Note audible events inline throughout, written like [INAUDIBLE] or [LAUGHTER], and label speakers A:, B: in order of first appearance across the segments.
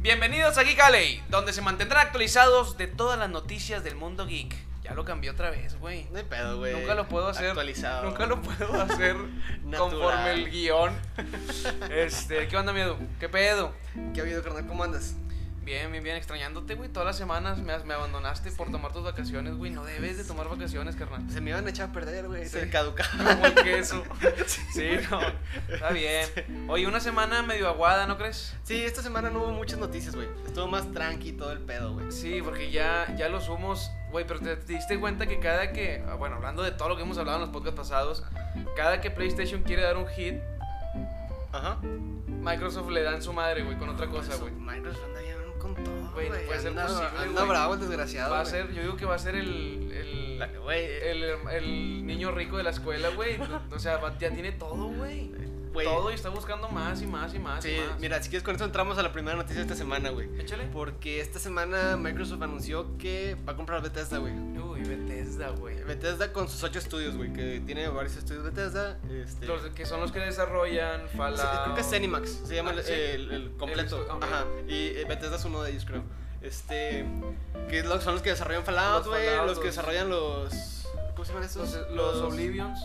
A: Bienvenidos a Geek Alley, donde se mantendrán actualizados de todas las noticias del mundo geek. Ya lo cambié otra vez, güey.
B: No hay pedo, güey.
A: Nunca lo puedo hacer.
B: Actualizado.
A: Nunca lo puedo hacer
B: Natural.
A: conforme el guión. Este, ¿qué onda, miedo? ¿Qué pedo?
B: ¿Qué ha habido, carnal? ¿Cómo andas?
A: Bien, bien, bien, extrañándote, güey. Todas las semanas me, has- me abandonaste por tomar tus vacaciones, güey. No debes de tomar vacaciones,
B: [LAUGHS]
A: carnal.
B: Se me iban a echar a perder, güey.
A: Sí.
B: Se caducaron.
A: Como el queso. Sí, no. Está bien. Oye, una semana medio aguada, ¿no crees?
B: Sí, esta semana no hubo muchas noticias, güey. Estuvo más tranqui todo el pedo, güey.
A: Sí, porque ya, ya los humos, güey, pero te, te diste cuenta que cada que, ah, bueno, hablando de todo lo que hemos hablado en los podcasts pasados, cada que PlayStation quiere dar un hit,
B: Ajá.
A: Microsoft le dan su madre, güey, con otra cosa,
B: Microsoft-
A: güey.
B: Microsoft anda bien con todo,
A: Güey,
B: güey.
A: no puede ser
B: Anda-
A: posible,
B: Anda
A: güey.
B: bravo el desgraciado,
A: Va a
B: güey.
A: ser, yo digo que va a ser el, el,
B: La- Güey, eh,
A: el, el niño rico de la escuela,
B: [LAUGHS]
A: güey. O sea, va- ya tiene todo, güey.
B: güey.
A: Todo y está buscando más y más y más. y
B: Sí,
A: más.
B: mira, si quieres con esto entramos a la primera noticia de esta semana, güey.
A: Échale.
B: Porque esta semana Microsoft anunció que va a comprar Bethesda, güey.
A: Uy, Bethesda, güey.
B: Bethesda con sus ocho estudios, güey, que tiene varios estudios Bethesda. Este,
A: Los que son los que desarrollan Fallout.
B: Creo que es Zenimax, se llama
A: Ah,
B: el,
A: sí.
B: el- el completo.
A: El- ok.
B: Ajá. Y eh, Bethesda es uno de ellos, creo. Este. Que lo- son los que desarrollan Fallout,
A: Los
B: güey.
A: Fallout,
B: Los que
A: los-
B: desarrollan los. ¿Cómo se llaman
A: Los,
B: esos? este, pues,
A: los Oblivions.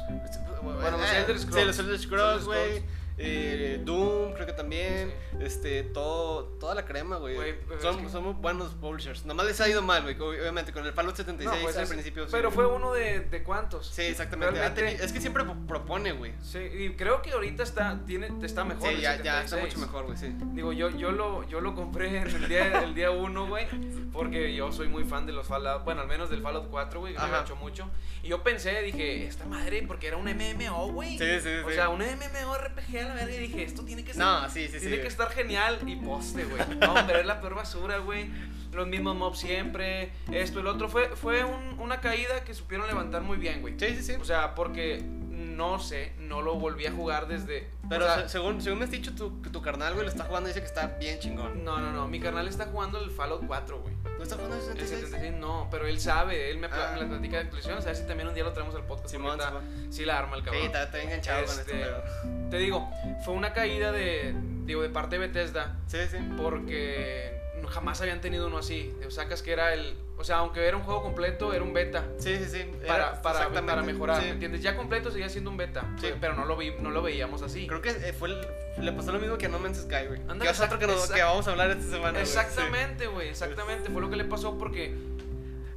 B: Bueno, eh,
A: los Elder
B: Sí,
A: Scrolls.
B: los Elder
A: Elder
B: Scrolls, güey. Eh, Doom, creo que también. Este, todo, toda la crema, güey.
A: Güey, pero es
B: Son,
A: que-
B: son muy buenos publishers. Nomás les ha ido mal, güey. ob- Obviamente, con el Fallout
A: No,
B: 76
A: pues
B: al
A: es-
B: principio. sí.
A: Pero fue uno de, de cuántos.
B: Sí, exactamente. Ha
A: Realmente-
B: tenido- es que siempre pro- propone, güey.
A: Sí, y creo que ahorita está, tiene, está mejor.
B: Sí,
A: el
B: ya, ya está
A: 76.
B: mucho mejor, güey, sí.
A: Digo, yo, yo, lo, yo lo compré en el día, el día 1, güey, porque yo soy muy fan de los Fallout, bueno, al menos del Fallout 4, güey, que me
B: Ajá.
A: agachó mucho. Y yo pensé, dije, esta madre, porque era un MMO, güey.
B: Sí, sí,
A: O
B: sí.
A: sea, un MMORPG a la verga, y dije, esto tiene que ser
B: No, sí, sí, sí.
A: Tiene que estar genial y poste, güey. No, hombre, es la peor basura, güey. Los mismos mobs siempre. Esto, el otro. Fue, fue un- una caída que supieron levantar muy bien, güey.
B: Sí, sí, sí.
A: O sea, porque no sé, no lo volví a jugar desde. o
B: Pero
A: sea,
B: se- según, según me has dicho, tu, tu carnal, güey, lo está jugando y dice que está bien chingón.
A: no, no, no. Mi carnal está jugando el Fallout 4, güey.
B: ¿No está jugando el
A: El
B: 76?
A: 76 no, pero él sabe. Él me, pla-
B: Ah.
A: me platica de actualizaciones. A ver si también un día lo traemos al podcast.
B: Simón,
A: porque
B: Simón.
A: está- Sí, la arma el
B: Sí,
A: cabrón.
B: está, está enganchado con este
A: Este-
B: pedo.
A: Te digo, fue una caída de, digo, de parte de Bethesda.
B: Sí, sí.
A: porque no- jamás habían tenido uno así. O sacas que era el. O sea, aunque era un juego completo, era un beta.
B: Sí, sí, sí.
A: Para,
B: Era-
A: para,
B: exactamente.
A: para mejorar,
B: Sí.
A: ¿me entiendes? Ya completo seguía siendo un beta,
B: Sí.
A: pero no lo, vi, no lo veíamos así.
B: Creo que eh, fue el- le pasó lo mismo que a No Man's Sky, güey.
A: Ándale,
B: Que es otro que, nos-
A: exact-
B: que vamos a hablar esta semana. güey.
A: exactamente, güey, exactamente. Fue lo que le pasó porque.
B: Sí.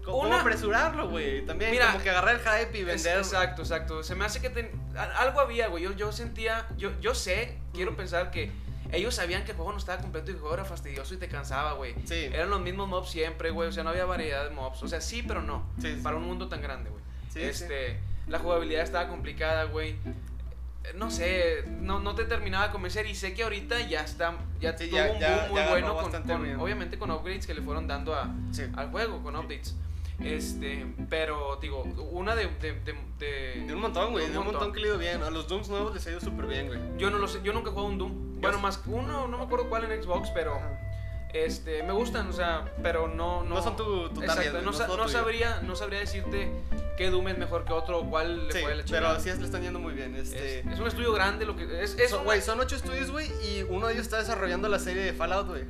B: ¿Cómo
A: Una-
B: apresurarlo, güey? También
A: Mira,
B: como que agarrar el hype y
A: es-
B: vender.
A: exacto, exacto. Se me hace que ten- a- algo había, güey. Yo, yo sentía. Yo, yo sé,
B: Mm.
A: quiero pensar que. Ellos sabían que el juego no estaba completo y el juego era fastidioso y te cansaba, güey.
B: Sí.
A: Eran los mismos mobs siempre, güey. O sea, no había variedad de mobs. O sea, sí, pero no.
B: Sí, sí.
A: Para un mundo tan grande, güey.
B: Sí, sí.
A: este, La jugabilidad estaba complicada, güey. Eh, No sé, no, no te terminaba de convencer y sé que ahorita ya está, ya
B: Sí,
A: tuvo
B: ya-
A: un
B: ya-
A: boom muy
B: ya ganó
A: bueno, con,
B: bastante
A: con-
B: bien.
A: obviamente con upgrades que le fueron dando a-
B: Sí.
A: al juego, con updates. Este, pero digo, una de... de- de- de-
B: De un montón, güey.
A: De un
B: De un montón
A: montón.
B: que le ha ido bien. A los Dooms nuevos les ha ido súper bien, güey.
A: yo no lo sé, yo nunca he jugado un Doom. Bueno,
B: sé.
A: más que uno, no me acuerdo cuál en Xbox, pero este, me gustan, o sea, pero no... No,
B: No son tu- tu target,
A: Exacto,
B: güey,
A: no,
B: no
A: sa-
B: es lo
A: no
B: tuyo.
A: sabría, no sabría decirte qué Doom es mejor que otro o cuál le
B: Sí,
A: fue la
B: pero
A: chingada.
B: sí es- le están yendo muy bien. Este.
A: Es, es un estudio grande lo que es eso
B: Son- Güey, son ocho estudios, güey, y uno de ellos está desarrollando la serie de Fallout, güey.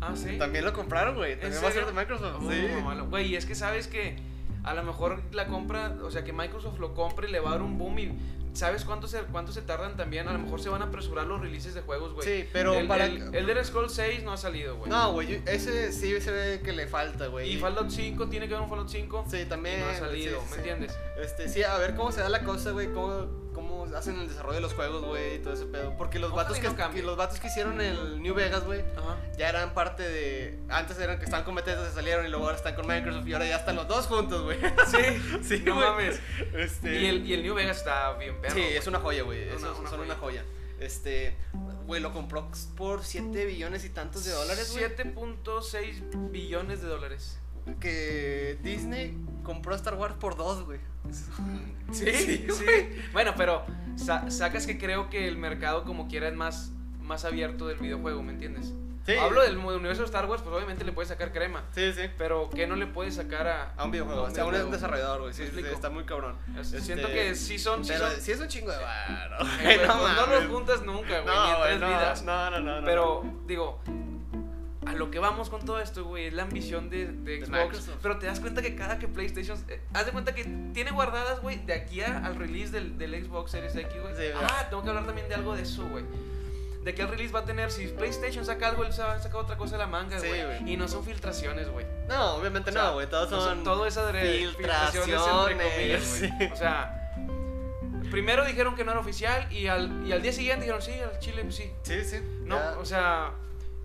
A: ah sí
B: También lo compraron, güey.
A: ¿En
B: También va a ser
A: serio?
B: de Microsoft.
A: Oh,
B: sí.
A: mamá, güey y es que sabes que a lo mejor la compra o sea que Microsoft lo compre le va a dar un boom y sabes cuánto se cuánto se tardan también a lo mejor se van a apresurar los releases de juegos güey
B: Sí, pero
A: el,
B: para-
A: el Elder Scrolls 6 no ha salido güey
B: No, güey, yo- ese sí se ve que le falta, güey.
A: y Fallout 5 tiene que haber un Fallout 5
B: Sí, también.
A: y no ha
B: sí,
A: salido
B: sí,
A: me
B: sí.
A: entiendes
B: Este, sí, a ver cómo se da la cosa, güey. Cómo, cómo hacen el desarrollo de los juegos, güey, y todo ese pedo. Porque los
A: Ojalá
B: vatos,
A: y
B: que,
A: no cambie.
B: que los vatos que hicieron el New Vegas, güey,
A: ajá
B: ya eran parte de. Antes eran que estaban con Bethesda, se salieron y luego ahora están con Microsoft y ahora ya están los dos juntos, güey. [LAUGHS]
A: sí
B: sí,
A: no
B: güey.
A: mames
B: Este.
A: y el, y el New Vegas está bien perro
B: Sí,
A: güey.
B: es una joya, güey. Es
A: Una-
B: un-
A: una
B: son una
A: joya.
B: joya. Este, güey, lo compró por 7 billones y tantos de dólares, güey.
A: 7.6 billones de dólares.
B: Que Disney compró a Star Wars por 2,
A: [LAUGHS]
B: güey.
A: Sí, sí.
B: güey.
A: Bueno, pero sa- sacas que creo que el mercado como quiera es más, más abierto del videojuego, ¿me entiendes?
B: Sí.
A: Hablo del mu- universo de Star Wars, pues obviamente le puedes sacar crema,
B: Sí, sí.
A: pero ¿qué no le puedes sacar a...
B: A un videojuego,
A: A un
B: o sea, a un
A: videojuego.
B: desarrollador, güey. Sí,
A: Me
B: sí,
A: explico.
B: está muy cabrón.
A: es-
B: Este,
A: Siento que sí son... sí
B: Pero
A: [LAUGHS] son-
B: sí es un chingo de
A: [LAUGHS]
B: varo,
A: eh, güey,
B: güey. [LAUGHS]
A: pues, no,
B: mames.
A: los juntas nunca, güey, ni
B: No,
A: en
B: güey,
A: tres
B: no,
A: vidas.
B: no, no, no, no.
A: pero, digo, a a lo que vamos con todo esto, güey, es la ambición de, de
B: De
A: Xbox.
B: Microsoft.
A: pero te das cuenta que cada que PlayStation. eh, haz de cuenta que tiene guardadas, güey, de aquí a- al release del, del Xbox Series X, güey.
B: Sí, ¿verdad?
A: ah, tengo que hablar también de algo de eso, güey. De que el release va a tener, si PlayStation saca algo, él sa- saca otra cosa de la manga,
B: Sí,
A: güey.
B: güey.
A: y no son filtraciones, güey.
B: No, obviamente
A: O sea,
B: no, güey. Todos
A: no
B: son.
A: todo es adrede.
B: filtraciones,
A: entre comillas, güey.
B: sí.
A: O sea, primero dijeron que no era oficial y al, y al día siguiente dijeron, sí, al Chile, pues sí.
B: Sí, sí.
A: No,
B: ya,
A: o sea,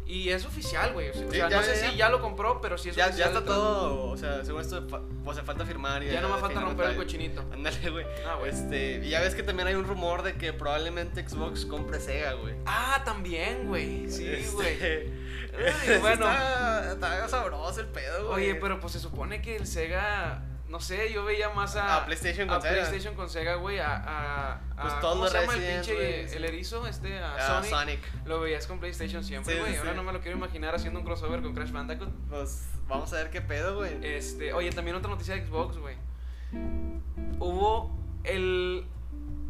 A: y es oficial, güey. O sea,
B: Sí,
A: o sea,
B: ya,
A: no sé
B: ya,
A: si
B: ya.
A: ya lo compró, pero sí es
B: ya, ya
A: oficial.
B: está
A: el trato.
B: todo. O sea, según esto, fa- o sea, falta firmar y.
A: Ya no me falta
B: definitivamente
A: romper el
B: hay-
A: cochinito.
B: Ándale, güey.
A: Ah, güey.
B: Este, y ya ves que también hay un rumor de que probablemente Xbox compre Sega, güey.
A: Ah, también, güey. Sí,
B: Este, [LAUGHS]
A: güey. Ay,
B: sí
A: bueno.
B: Está, está sabroso el pedo, güey.
A: Oye, pero pues se supone que el Sega. No sé, yo veía más a.
B: A Ah, PlayStation con
A: a
B: Sega.
A: PlayStation con Sega, güey. A, a, a-
B: Pues todos
A: ¿Cómo
B: los
A: se llama el
B: Resident,
A: pinche.
B: güey, sí.
A: El erizo, este. A
B: Ah,
A: Sonic.
B: Sonic.
A: Lo veías con PlayStation siempre,
B: Sí,
A: güey.
B: sí,
A: Ahora
B: sí.
A: no me lo quiero imaginar haciendo un crossover con Crash Bandicoot.
B: Pues vamos a ver qué pedo, güey.
A: Este, oye, también otra noticia de Xbox, güey. Hubo el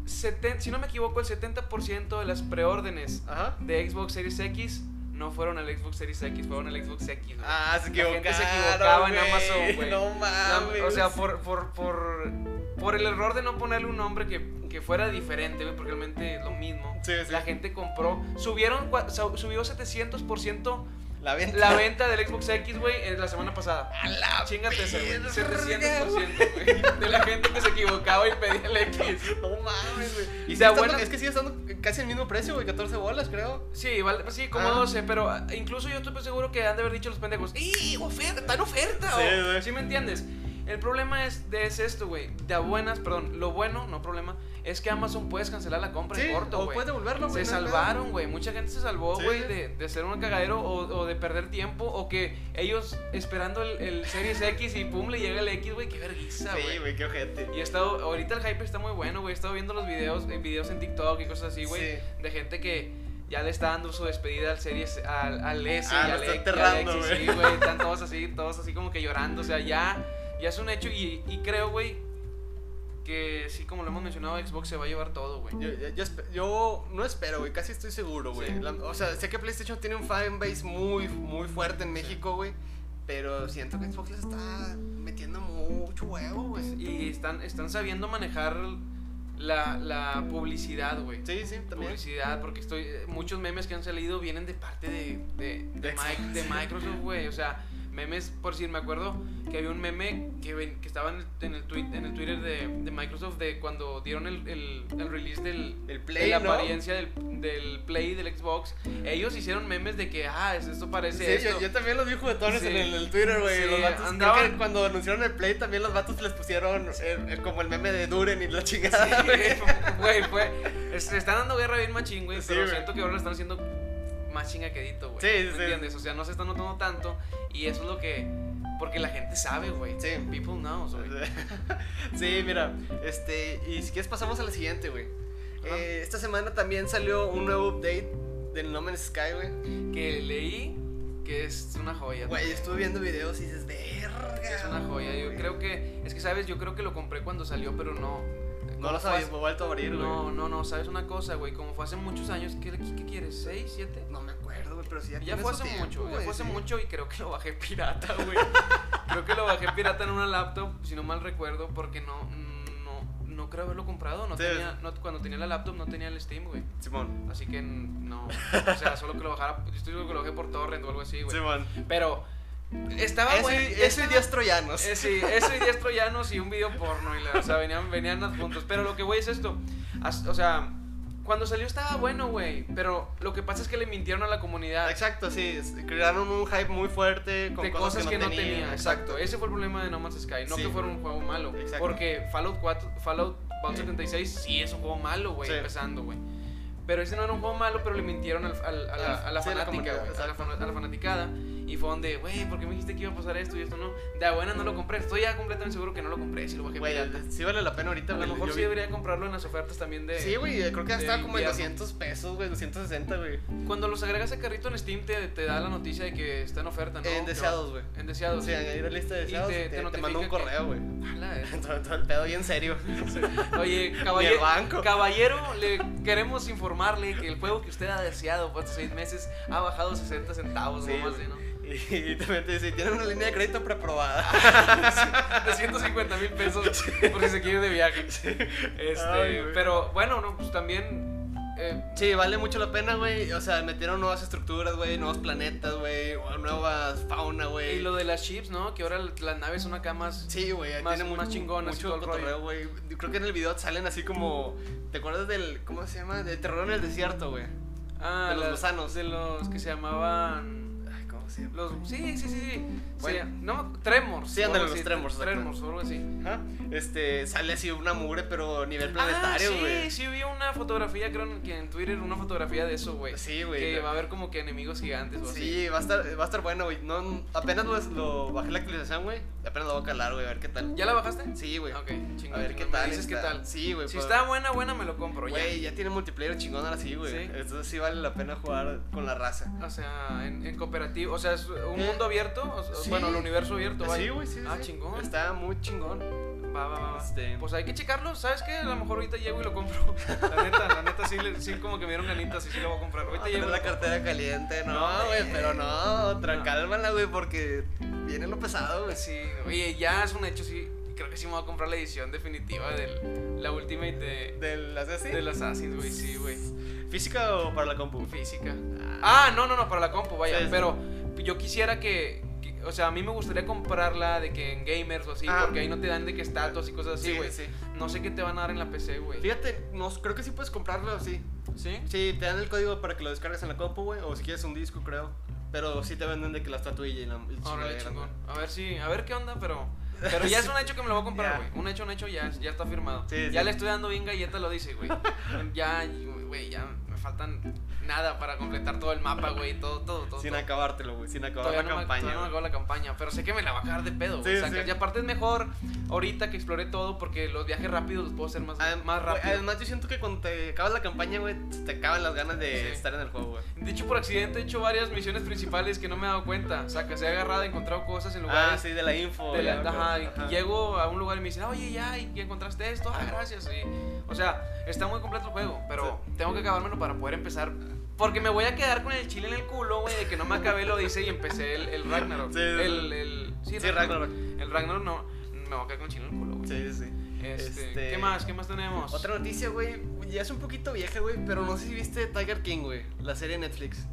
A: 70, si no me equivoco, el 70% de las preórdenes
B: Ajá.
A: de Xbox Series X no fueron al Xbox Series X, fueron al Xbox X. güey.
B: Ah,
A: La
B: se equivocaron.
A: gente se equivocaba en
B: güey. [LAUGHS]
A: Amazon, güey.
B: No mames.
A: La- o sea, por, por, por, por el error de no ponerle un nombre que, que fuera diferente, güey, porque realmente es lo mismo.
B: Sí, sí.
A: La gente compró, subieron, cua- su- subió 700%
B: La venta.
A: la venta del Xbox X, güey, en la semana pasada.
B: A la
A: Chingate ese, güey.
B: verga,
A: 700%,
B: güey.
A: güey. De la gente que se equivocaba y pedía el X.
B: No mames, güey. Y
A: O
B: sigue
A: sea,
B: estando-
A: bueno-
B: es que sigue estando casi el mismo precio, güey. 14 bolas, creo.
A: Sí, vale, pues sí, como
B: Ah.
A: 12, pero ah, incluso yo estoy pues, seguro que han de haber dicho los pendejos, ¡Ey, oferta! ¡Tan oferta!
B: Sí,
A: o-
B: güey.
A: ¿Sí me entiendes? El problema es, de, es esto, güey. De a buenas, perdón, lo bueno, no problema, es que Amazon puedes cancelar la compra
B: Sí,
A: en corto,
B: o
A: güey.
B: puedes devolverlo,
A: Se
B: güey. no hay pedo.
A: salvaron, güey. Mucha gente se salvó,
B: Sí,
A: güey,
B: sí.
A: de, de ser un cagadero o, o de perder tiempo o que ellos esperando el, el Series X y pum, le llega el X, güey. Qué vergüenza, güey.
B: Sí, güey, qué ojete.
A: Y he estado, ahorita el hype está muy bueno, güey. He estado viendo los videos, eh, videos en TikTok y cosas así, güey.
B: Sí.
A: De gente que ya le está dando su despedida al series, al, al S y
B: Ah, lo
A: al
B: está
A: X, y al
B: enterrando,
A: X,
B: güey.
A: sí, güey. Están todos así, todos así como que llorando. O sea, ya, ya es un hecho. Y, y creo, güey, que sí, como lo hemos mencionado, Xbox se va a llevar todo, güey.
B: Yo, yo, yo espe- yo no espero, güey, casi estoy seguro, güey.
A: Sí.
B: La- O sea, sé que PlayStation tiene un fanbase muy, muy fuerte en México, güey. Pero siento que Xbox les está metiendo mucho huevo, güey.
A: Y están, están sabiendo manejar la, la publicidad, güey.
B: Sí, sí, también.
A: publicidad, porque estoy eh, muchos memes que han salido vienen de parte de, de, de
B: De
A: Mi-
B: Xbox.
A: de Microsoft, güey. O sea, memes, por si me acuerdo que había un meme que, ven- que estaba en el, en el, tweet, en el Twitter de, de Microsoft de cuando dieron el, el, el release del,
B: El
A: de
B: Play,
A: la
B: ¿no?
A: apariencia del, del Play del Xbox. Ellos hicieron memes de que, ah, es- esto parece
B: Sí,
A: esto.
B: yo, yo también los vi juguetones
A: Sí.
B: en, el, el Twitter, güey.
A: Sí,
B: los vatos, creo
A: andaban-
B: que cuando anunciaron el Play, también los vatos les pusieron el- el- como el meme de Duren y la chingada, güey.
A: Sí, Güey, fue. es- Le están dando guerra bien machín, güey.
B: Sí,
A: pero
B: güey.
A: siento que ahora lo están haciendo más chingaquedito, güey.
B: Sí,
A: ¿Me
B: sí, sí.
A: entiendes? O sea, no se están notando tanto. Y eso es lo que. Porque la gente sabe, güey.
B: Sí.
A: People know, güey.
B: [LAUGHS] Sí, mira, este, y si quieres pasamos a la siguiente, güey.
A: Ajá.
B: Eh, esta semana también salió un nuevo update del No Man's Sky, güey.
A: Que leí que es una joya.
B: Güey,
A: también.
B: estuve viendo videos y dices, verga.
A: Es una joya. Yo creo que. Es que, ¿sabes? Yo creo que lo compré cuando salió, pero no.
B: No lo
A: sabes
B: sabía, me he vuelto a abrir, güey.
A: No, no, no. ¿Sabes una cosa, güey? Como fue hace muchos años. ¿Qué, qué quieres? ¿Seis? ¿Siete?
B: No me acuerdo, güey, pero sí
A: Ya
B: tiene
A: fue
B: su
A: hace
B: tiempo,
A: mucho, ya
B: güey,
A: fue hace
B: sí.
A: mucho y creo que lo bajé pirata, [LAUGHS] güey. creo que lo bajé pirata en una laptop, si no mal recuerdo, porque no, no, no creo haberlo comprado. No
B: Sí.
A: tenía, no- cuando tenía la laptop no tenía el Steam, güey.
B: Simón.
A: Así que no, o sea, solo que lo bajara, yo estoy seguro que lo bajé por torrent o algo así, güey.
B: Simón.
A: Pero estaba,
B: Eso,
A: güey,
B: y- eso y
A: estaba- [LAUGHS]
B: días troyanos.
A: eh, sí, eso y 10 troyanos y un video porno. Y la- o sea, venían, venían juntos. Pero lo que, güey, es esto. As- o sea, cuando salió estaba bueno, güey. Pero lo que pasa es que le mintieron a la comunidad.
B: Exacto, sí. es- Crearon un hype muy fuerte con
A: de cosas que, no tenía. Exacto.
B: Exacto.
A: Ese fue el problema de No Man's Sky. No
B: Sí.
A: que fuera un juego malo.
B: Exacto.
A: Porque Fallout 4, Fallout, Fallout 76 sí es un juego malo, güey.
B: Sí.
A: Empezando, güey. Pero ese no era un juego malo, pero le mintieron al- al- a la, a la
B: Sí, la
A: fanática,
B: comunidad,
A: güey. A, la
B: exacto.
A: fan- a la fanaticada. Y fue donde, güey, ¿por qué me dijiste que iba a pasar esto y esto no? De a buena no lo compré. Estoy ya completamente seguro que no lo compré. Si lo bajé
B: Güey, eh,
A: pirata.
B: sí vale la pena ahorita,
A: A lo
B: güey,
A: mejor
B: yo
A: sí
B: vi-
A: debería comprarlo en las ofertas también de.
B: Sí, güey, creo que ya
A: de Ah,
B: estaba como en
A: invierno.
B: 200 pesos, güey, 260, güey.
A: Cuando los agregas a carrito en Steam, te, te da la noticia de que está en oferta, ¿no?
B: En
A: Que-
B: deseados, güey.
A: En deseados.
B: O sea, añadir la lista de
A: Y
B: deseados,
A: te-
B: te,
A: te
B: te,
A: notifica
B: mando un
A: que-
B: correo, güey. [LAUGHS]
A: Ala, es-
B: Todo, todo el pedo bien serio.
A: eh. [LAUGHS] Oye,
B: Ni el
A: caballero,
B: banco.
A: caballero, le queremos informarle que el juego que usted ha deseado por estos seis meses ha bajado 60 centavos,
B: Sí,
A: nomás,
B: güey.
A: ¿no?
B: [LAUGHS] Y, y también te dice, tienen una línea de crédito preaprobada.
A: De 150 mil
B: [LAUGHS]
A: pesos por si se quiere ir de viaje. Este,
B: Ay, güey.
A: pero bueno, no, pues también. eh,
B: [LAUGHS] Sí, vale mucho la pena, güey. O sea, metieron nuevas estructuras, güey, nuevos planetas, güey, o nuevas fauna, güey.
A: y lo de las chips, ¿no? Que ahora las naves son acá más.
B: Sí, güey,
A: más-
B: tiene mucho,
A: más chingonas y
B: mucho
A: todo el rollo.
B: cotorreo, güey. Yo Creo que en el video salen así como, ¿te acuerdas del cómo se llama? De terror en el desierto, güey.
A: Ah,
B: de los
A: la-
B: gusanos.
A: De los que se llamaban.
B: Ay, ¿cómo se llama?
A: Los, sí, sí, sí, sí.
B: Bueno.
A: Sí, no, Tremors.
B: Sí,
A: o
B: ándale,
A: algo
B: los
A: así,
B: Tremors, exacto.
A: Tremors, o algo así.
B: Ajá. Este, sale así una mugre, pero a nivel
A: ah,
B: planetario,
A: sí,
B: güey.
A: sí, vi una fotografía, creo en- que en Twitter, una fotografía de eso, güey.
B: Sí, güey.
A: Que
B: la-
A: va a haber como que enemigos gigantes o así.
B: Sí, va a estar, va a estar bueno, güey. No, apenas lo, lo bajé la actualización, güey. y Apenas lo voy a calar, güey, a ver qué tal.
A: ¿Ya la bajaste?
B: Sí, güey.
A: Ok, chingón.
B: A ver
A: chingón.
B: qué
A: Me
B: tal.
A: dices qué
B: está.
A: tal.
B: Sí, güey.
A: Si
B: pues,
A: está buena, buena, me lo compro ya.
B: Güey, ya tiene multiplayer chingón ahora sí, güey.
A: Sí.
B: Entonces sí vale la pena jugar con la raza.
A: O sea, en, en cooperativo. O sea, es un
B: Eh,
A: mundo abierto. o- o-
B: sí.
A: Bueno, el universo abierto, vaya.
B: Sí, güey, sí, sí.
A: Ah,
B: sí.
A: chingón.
B: Está muy chingón.
A: Va, va, va, va.
B: Este-
A: Pues hay que checarlo, ¿sabes qué? A lo mejor ahorita llego y lo
B: [LAUGHS]
A: compro. La neta, la neta sí, le- sí como que me dieron ganitas y sí lo voy a comprar. Ahorita
B: Ahorita
A: llego. y
B: Ah, la
A: lo
B: cartera caliente,
A: No,
B: no, güey,
A: güey.
B: pero no,
A: No.
B: tra, cálmala, güey, porque viene lo
A: compro.
B: pesado, güey.
A: Sí, oye, ya es un hecho, sí. Creo que sí me voy a comprar la edición definitiva de la Ultimate de,
B: ¿Del así?
A: de las Assassin's, güey. Sí, güey.
B: ¿Física o para la compu?
A: Física. Ah, no, no, no, para la compu, vaya.
B: Sí, sí.
A: Pero yo quisiera que, que- O sea, a mí me gustaría comprarla de que en gamers o así,
B: Ah.
A: porque ahí no te dan de que estatuas y cosas así, güey.
B: sí.
A: No sé qué te van a dar en la PC, güey.
B: Fíjate, no, creo que sí puedes comprarlo así.
A: ¿Sí?
B: Sí, te dan el código para que lo descargues en la compu, güey, o si quieres un disco, creo. Pero sí te venden de que la estatuilla y la y
A: Órale,
B: chingadera,
A: chingón.
B: ¿no?
A: A ver si, a ver qué onda,
B: [LAUGHS]
A: pero. Pero ya es un hecho que me lo voy a comprar,
B: Ya.
A: güey. Un hecho, un hecho, ya, ya está firmado.
B: Sí,
A: ya
B: sí.
A: le estoy dando bien galleta, lo dice,
B: [LAUGHS]
A: güey. Ya, güey, ya me faltan nada para completar todo el mapa, güey. Todo, todo, todo.
B: Sin
A: todo.
B: acabártelo, güey, sin acabar
A: Todavía
B: la
A: no me-
B: campaña.
A: todavía no me
B: güey.
A: acabo la campaña, pero sé que me la va a cagar de pedo, güey.
B: Sí,
A: sacas.
B: sí.
A: Y aparte es mejor ahorita que exploré todo porque los viajes rápidos los puedo hacer más,
B: Adem-
A: más
B: Ah, güey,
A: rápido.
B: Además, yo siento que cuando te acabas la campaña, güey, se te acaban las ganas de
A: Sí.
B: estar en el juego, güey.
A: De hecho, por accidente he hecho varias misiones principales que no me he dado cuenta. Sacas, he agarrado, he encontrado cosas en lugares.
B: Ah, sí, de la info.
A: de la-
B: ya,
A: ajá, y
B: güey. Ajá.
A: llego a un lugar y me dicen, oye, ya, ¿y qué encontraste esto? Ah, gracias. y- o sea, está muy completo el juego, pero tengo que acabármelo para poder empezar. Porque me voy a quedar con el chile en el culo, güey, de que no me acabé lo dice y empecé el, el Ragnarok.
B: Sí, sí, sí.
A: el, el, sí,
B: Sí, Ragnarok.
A: El Ragnarok no, me voy a quedar con el chile en el culo, güey.
B: Sí, sí, sí.
A: Este,
B: Este-
A: ¿Qué más? ¿Qué más tenemos?
B: Otra noticia, güey. Ya es un poquito vieja, güey. Pero no sé si viste Tiger King, güey. La serie de Netflix.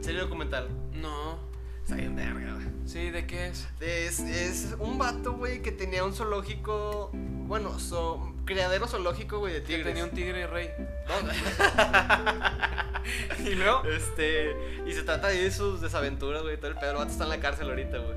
B: Serie documental.
A: No.
B: Está bien verga, güey.
A: Sí, ¿de qué es?
B: Es, es un vato, güey, que tenía un zoológico. Bueno, so, criadero zoológico, güey, de
A: Que
B: tigres.
A: tenía un tigre
B: [LAUGHS]
A: rey.
B: y luego. [LAUGHS] Este. Y se trata de sus desventuras, güey. Todo el pedo. El vato está en la cárcel ahorita, güey.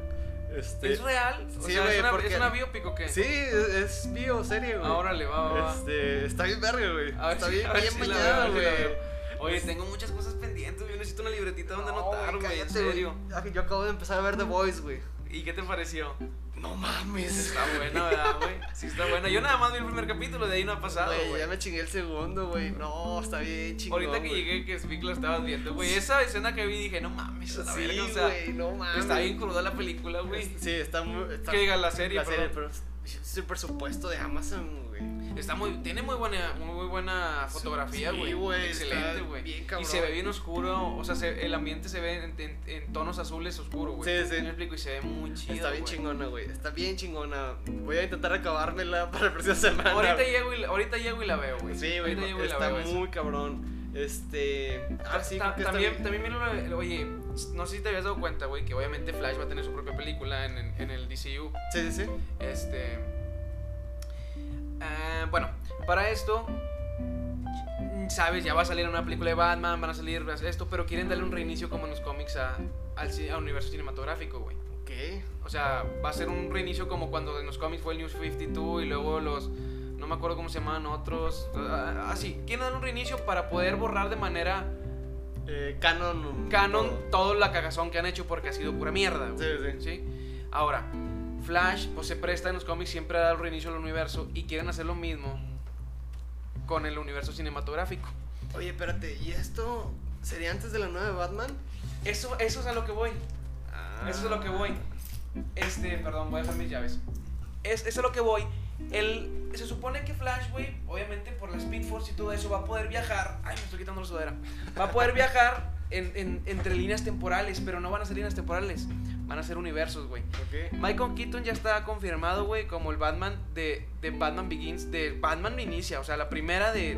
B: Este.
A: ¿Es real? O
B: Sí,
A: sea,
B: güey,
A: ¿es, una,
B: porque-
A: ¿Es una biopic o qué?
B: Sí, es, es bio serie, güey.
A: Ahora le va, va, va.
B: Este, está bien verga, güey.
A: A ver
B: Está
A: si-
B: bien,
A: a ver
B: bien
A: si la veo, a
B: bañada,
A: ver si la
B: güey.
A: veo. Oye, tengo muchas cosas pendientes. Yo necesito una libretita donde anotar, güey. En
B: cállate,
A: serio.
B: Ay, Yo acabo de empezar a ver The Voice, güey.
A: ¿Y qué te pareció?
B: No mames.
A: Está buena, ¿verdad, güey? Sí, está buena. Yo nada más vi el primer capítulo, de ahí no ha pasado,
B: Güey,
A: güey.
B: ya me chingué el segundo, güey. No, está bien chingón.
A: Ahorita que
B: güey.
A: llegué, que Vic lo estabas viendo, güey. Esa escena que vi, dije, no mames, a la
B: Sí,
A: verga, o sea,
B: güey, no mames.
A: está bien cruda la película, güey.
B: Sí, está muy. Está
A: Que diga la serie,
B: la serie,
A: perdón.
B: pero es el presupuesto de Amazon, güey.
A: Está muy, tiene muy buena, muy, muy buena fotografía,
B: Sí,
A: güey.
B: güey,
A: Excelente,
B: está
A: güey.
B: bien
A: Y
B: cabrón.
A: se ve bien oscuro, o sea, se- el ambiente se ve en, en- en tonos azules oscuro, güey.
B: Sí, sí.
A: Me explico y se ve muy chido.
B: está bien
A: güey.
B: chingona, güey. Está bien chingona. Voy a intentar acabármela [LAUGHS] para la próxima semana.
A: Ahorita
B: güey.
A: llego, y la, ahorita llego y la veo, güey.
B: Sí,
A: Ahorita
B: güey.
A: llego y la
B: Está
A: veo esa.
B: muy cabrón. Este. Ah, sí,
A: Ta-
B: creo que está
A: también,
B: bien.
A: también mira, una- oye, no sé si te habías dado cuenta, güey, que obviamente Flash va a tener su propia película en, en- en el DCU.
B: Sí, sí, sí.
A: Este. ah, bueno, para esto. mm, Sabes, ya va a salir una película de Batman, van a salir esto, pero quieren darle un reinicio como en los cómics a- al, ci- al universo cinematográfico, güey.
B: Ok.
A: O sea, va a ser un reinicio como cuando en los cómics fue el News 52 y luego los... No me acuerdo cómo se llamaban otros. ah, Así, quieren dar un reinicio para poder borrar de manera
B: Eh, canon.
A: canon
B: todo.
A: todo la cagazón que han hecho porque ha sido pura mierda, güey.
B: Sí, sí.
A: ¿Sí? Ahora, Flash pues se presta en los cómics siempre a dar un reinicio al universo y quieren hacer lo mismo con el universo cinematográfico.
B: Oye, espérate, ¿y esto sería antes de la nueva de Batman? Ah,
A: Eso, eso es a lo que voy. Eso es a lo que voy. Este, perdón, voy a dejar mis llaves. Es, eso es a lo que voy. El, se supone que Flash, güey, obviamente por la Speed Force y todo eso, va a poder viajar. Ay, me estoy quitando la sudadera. Va a poder viajar en- en- entre líneas temporales, pero no van a ser líneas temporales, van a ser universos, güey.
B: Ok.
A: Michael Keaton ya está confirmado, güey, como el Batman de, de Batman Begins, de Batman Inicia, o sea, la primera de,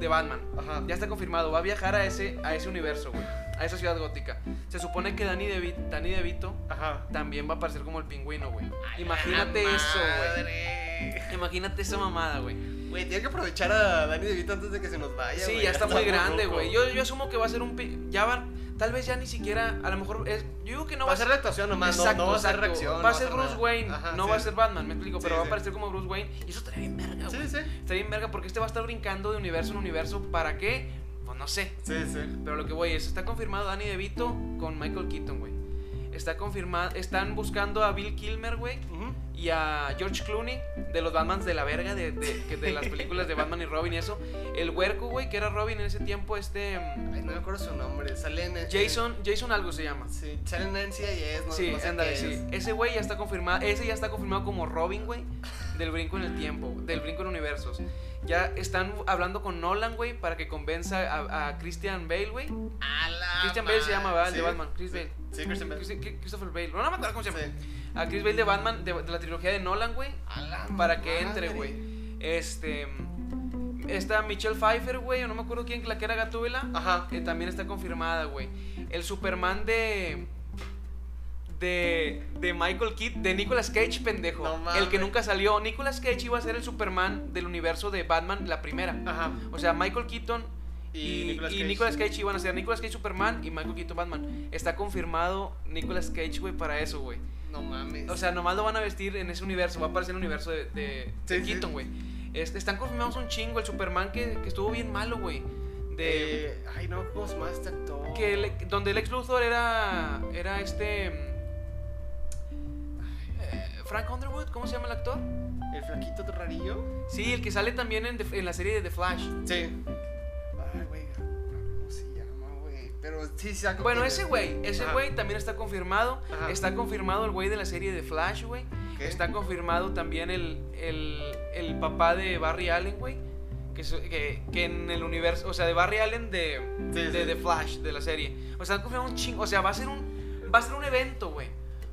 A: de Batman.
B: Ajá.
A: Ya está confirmado, va a viajar a ese, a ese universo, güey, a esa ciudad gótica. Se supone que Danny, DeVi- Danny DeVito
B: Ajá.
A: también va a aparecer como el pingüino, güey. Imagínate eso, güey.
B: Madre.
A: Imagínate esa mamada, güey.
B: Güey, tiene que aprovechar a Dani DeVito antes de que se nos vaya.
A: Sí,
B: güey.
A: ya está muy grande,
B: loco.
A: güey. Yo, yo asumo que va a ser un... pi- Ya van... Tal vez ya ni siquiera... A lo mejor... Es, yo digo que no
B: va
A: va
B: a ser la actuación nomás, no-
A: Exacto,
B: no, va a ser
A: exacto.
B: reacción. no
A: Va a ser Bruce
B: nada.
A: Wayne,
B: Ajá,
A: no
B: sí.
A: va a ser Batman, me explico, pero
B: Sí,
A: va a
B: sí.
A: aparecer como Bruce Wayne. Y eso estaría bien verga, güey.
B: Sí, sí.
A: Estaría bien verga porque este va a estar brincando de universo en universo. ¿Para qué? Pues no sé.
B: Sí, sí.
A: Pero lo que voy es, está confirmado Danny DeVito con Michael Keaton, güey. Está confirmado, están buscando a Bill Kilmer, güey.
B: Ujú.
A: Y a George Clooney, de los Batmans de la verga, de, de, que de las películas de Batman y Robin y eso. El huerco, güey, que era Robin en ese tiempo, este... mm,
B: Ay, no me acuerdo su nombre. Sale en.
A: Jason, Jason algo se llama.
B: Sí, sale en NCIS, no,
A: Sí,
B: no sé
A: ándale,
B: qué
A: sí.
B: es.
A: Ese güey ya está confirmado, ese ya está confirmado como Robin, güey, del brinco en el tiempo, del brinco en universos. Ya están hablando con Nolan, güey, para que convenza a, a Christian Bale, güey.
B: A la
A: Christian Bale se llama, ¿verdad? El de
B: Sí.
A: Batman, Chris
B: Sí.
A: Bale.
B: Sí, Christian Bale.
A: Chris- Chris- Christopher Bale. No, no me acuerdo cómo se llama.
B: Sí.
A: A Chris Bale de Batman, de, de la trilogía de Nolan, güey.
B: A la
A: Para que entre,
B: madre.
A: güey. Este. Está Michelle Pfeiffer, güey, o no me acuerdo quién, la que era Gatúbela.
B: Ajá.
A: Eh, también está confirmada, güey. El Superman de. De, de Michael Keaton, de Nicolas Cage, pendejo.
B: No mames.
A: el que nunca salió. Nicolas Cage iba a ser el Superman del universo de Batman, la primera.
B: Ajá.
A: O sea, Michael Keaton y, y Nicolas, Cage. iban a ser Nicolas Cage Superman y Michael Keaton Batman. Está confirmado Nicolas Cage, güey, para eso, güey.
B: No mames.
A: O sea, nomás lo van a vestir en ese universo. Va a aparecer en el universo de, de, de
B: Sí, sí.
A: Keaton, güey. Este, están confirmados un chingo. El Superman que, que estuvo bien malo, güey. De,
B: Eh, ay, no, ¿cómo se llama este actor?
A: que el- donde el ex Luthor era era este mm, eh, Frank Underwood, ¿cómo se llama el actor?
B: ¿El flaquito rarillo?
A: Sí, el que sale también en, The- en la serie de The Flash.
B: Sí. Ay, güey. ¿Cómo se llama, güey? Pero sí, sí, algo
A: Bueno,
B: tiene.
A: ese güey, ese
B: Ajá.
A: güey también está confirmado.
B: Ajá.
A: Está confirmado el güey de la serie de Flash, güey.
B: Ok.
A: Está confirmado también el, el, el papá de Barry Allen, güey. Que, su- que, que en el universo, o sea, de Barry Allen de,
B: Sí,
A: de,
B: sí.
A: de Flash, de la serie. O sea, han confirmado un chingo. O sea, va a ser un, va a ser un evento, güey.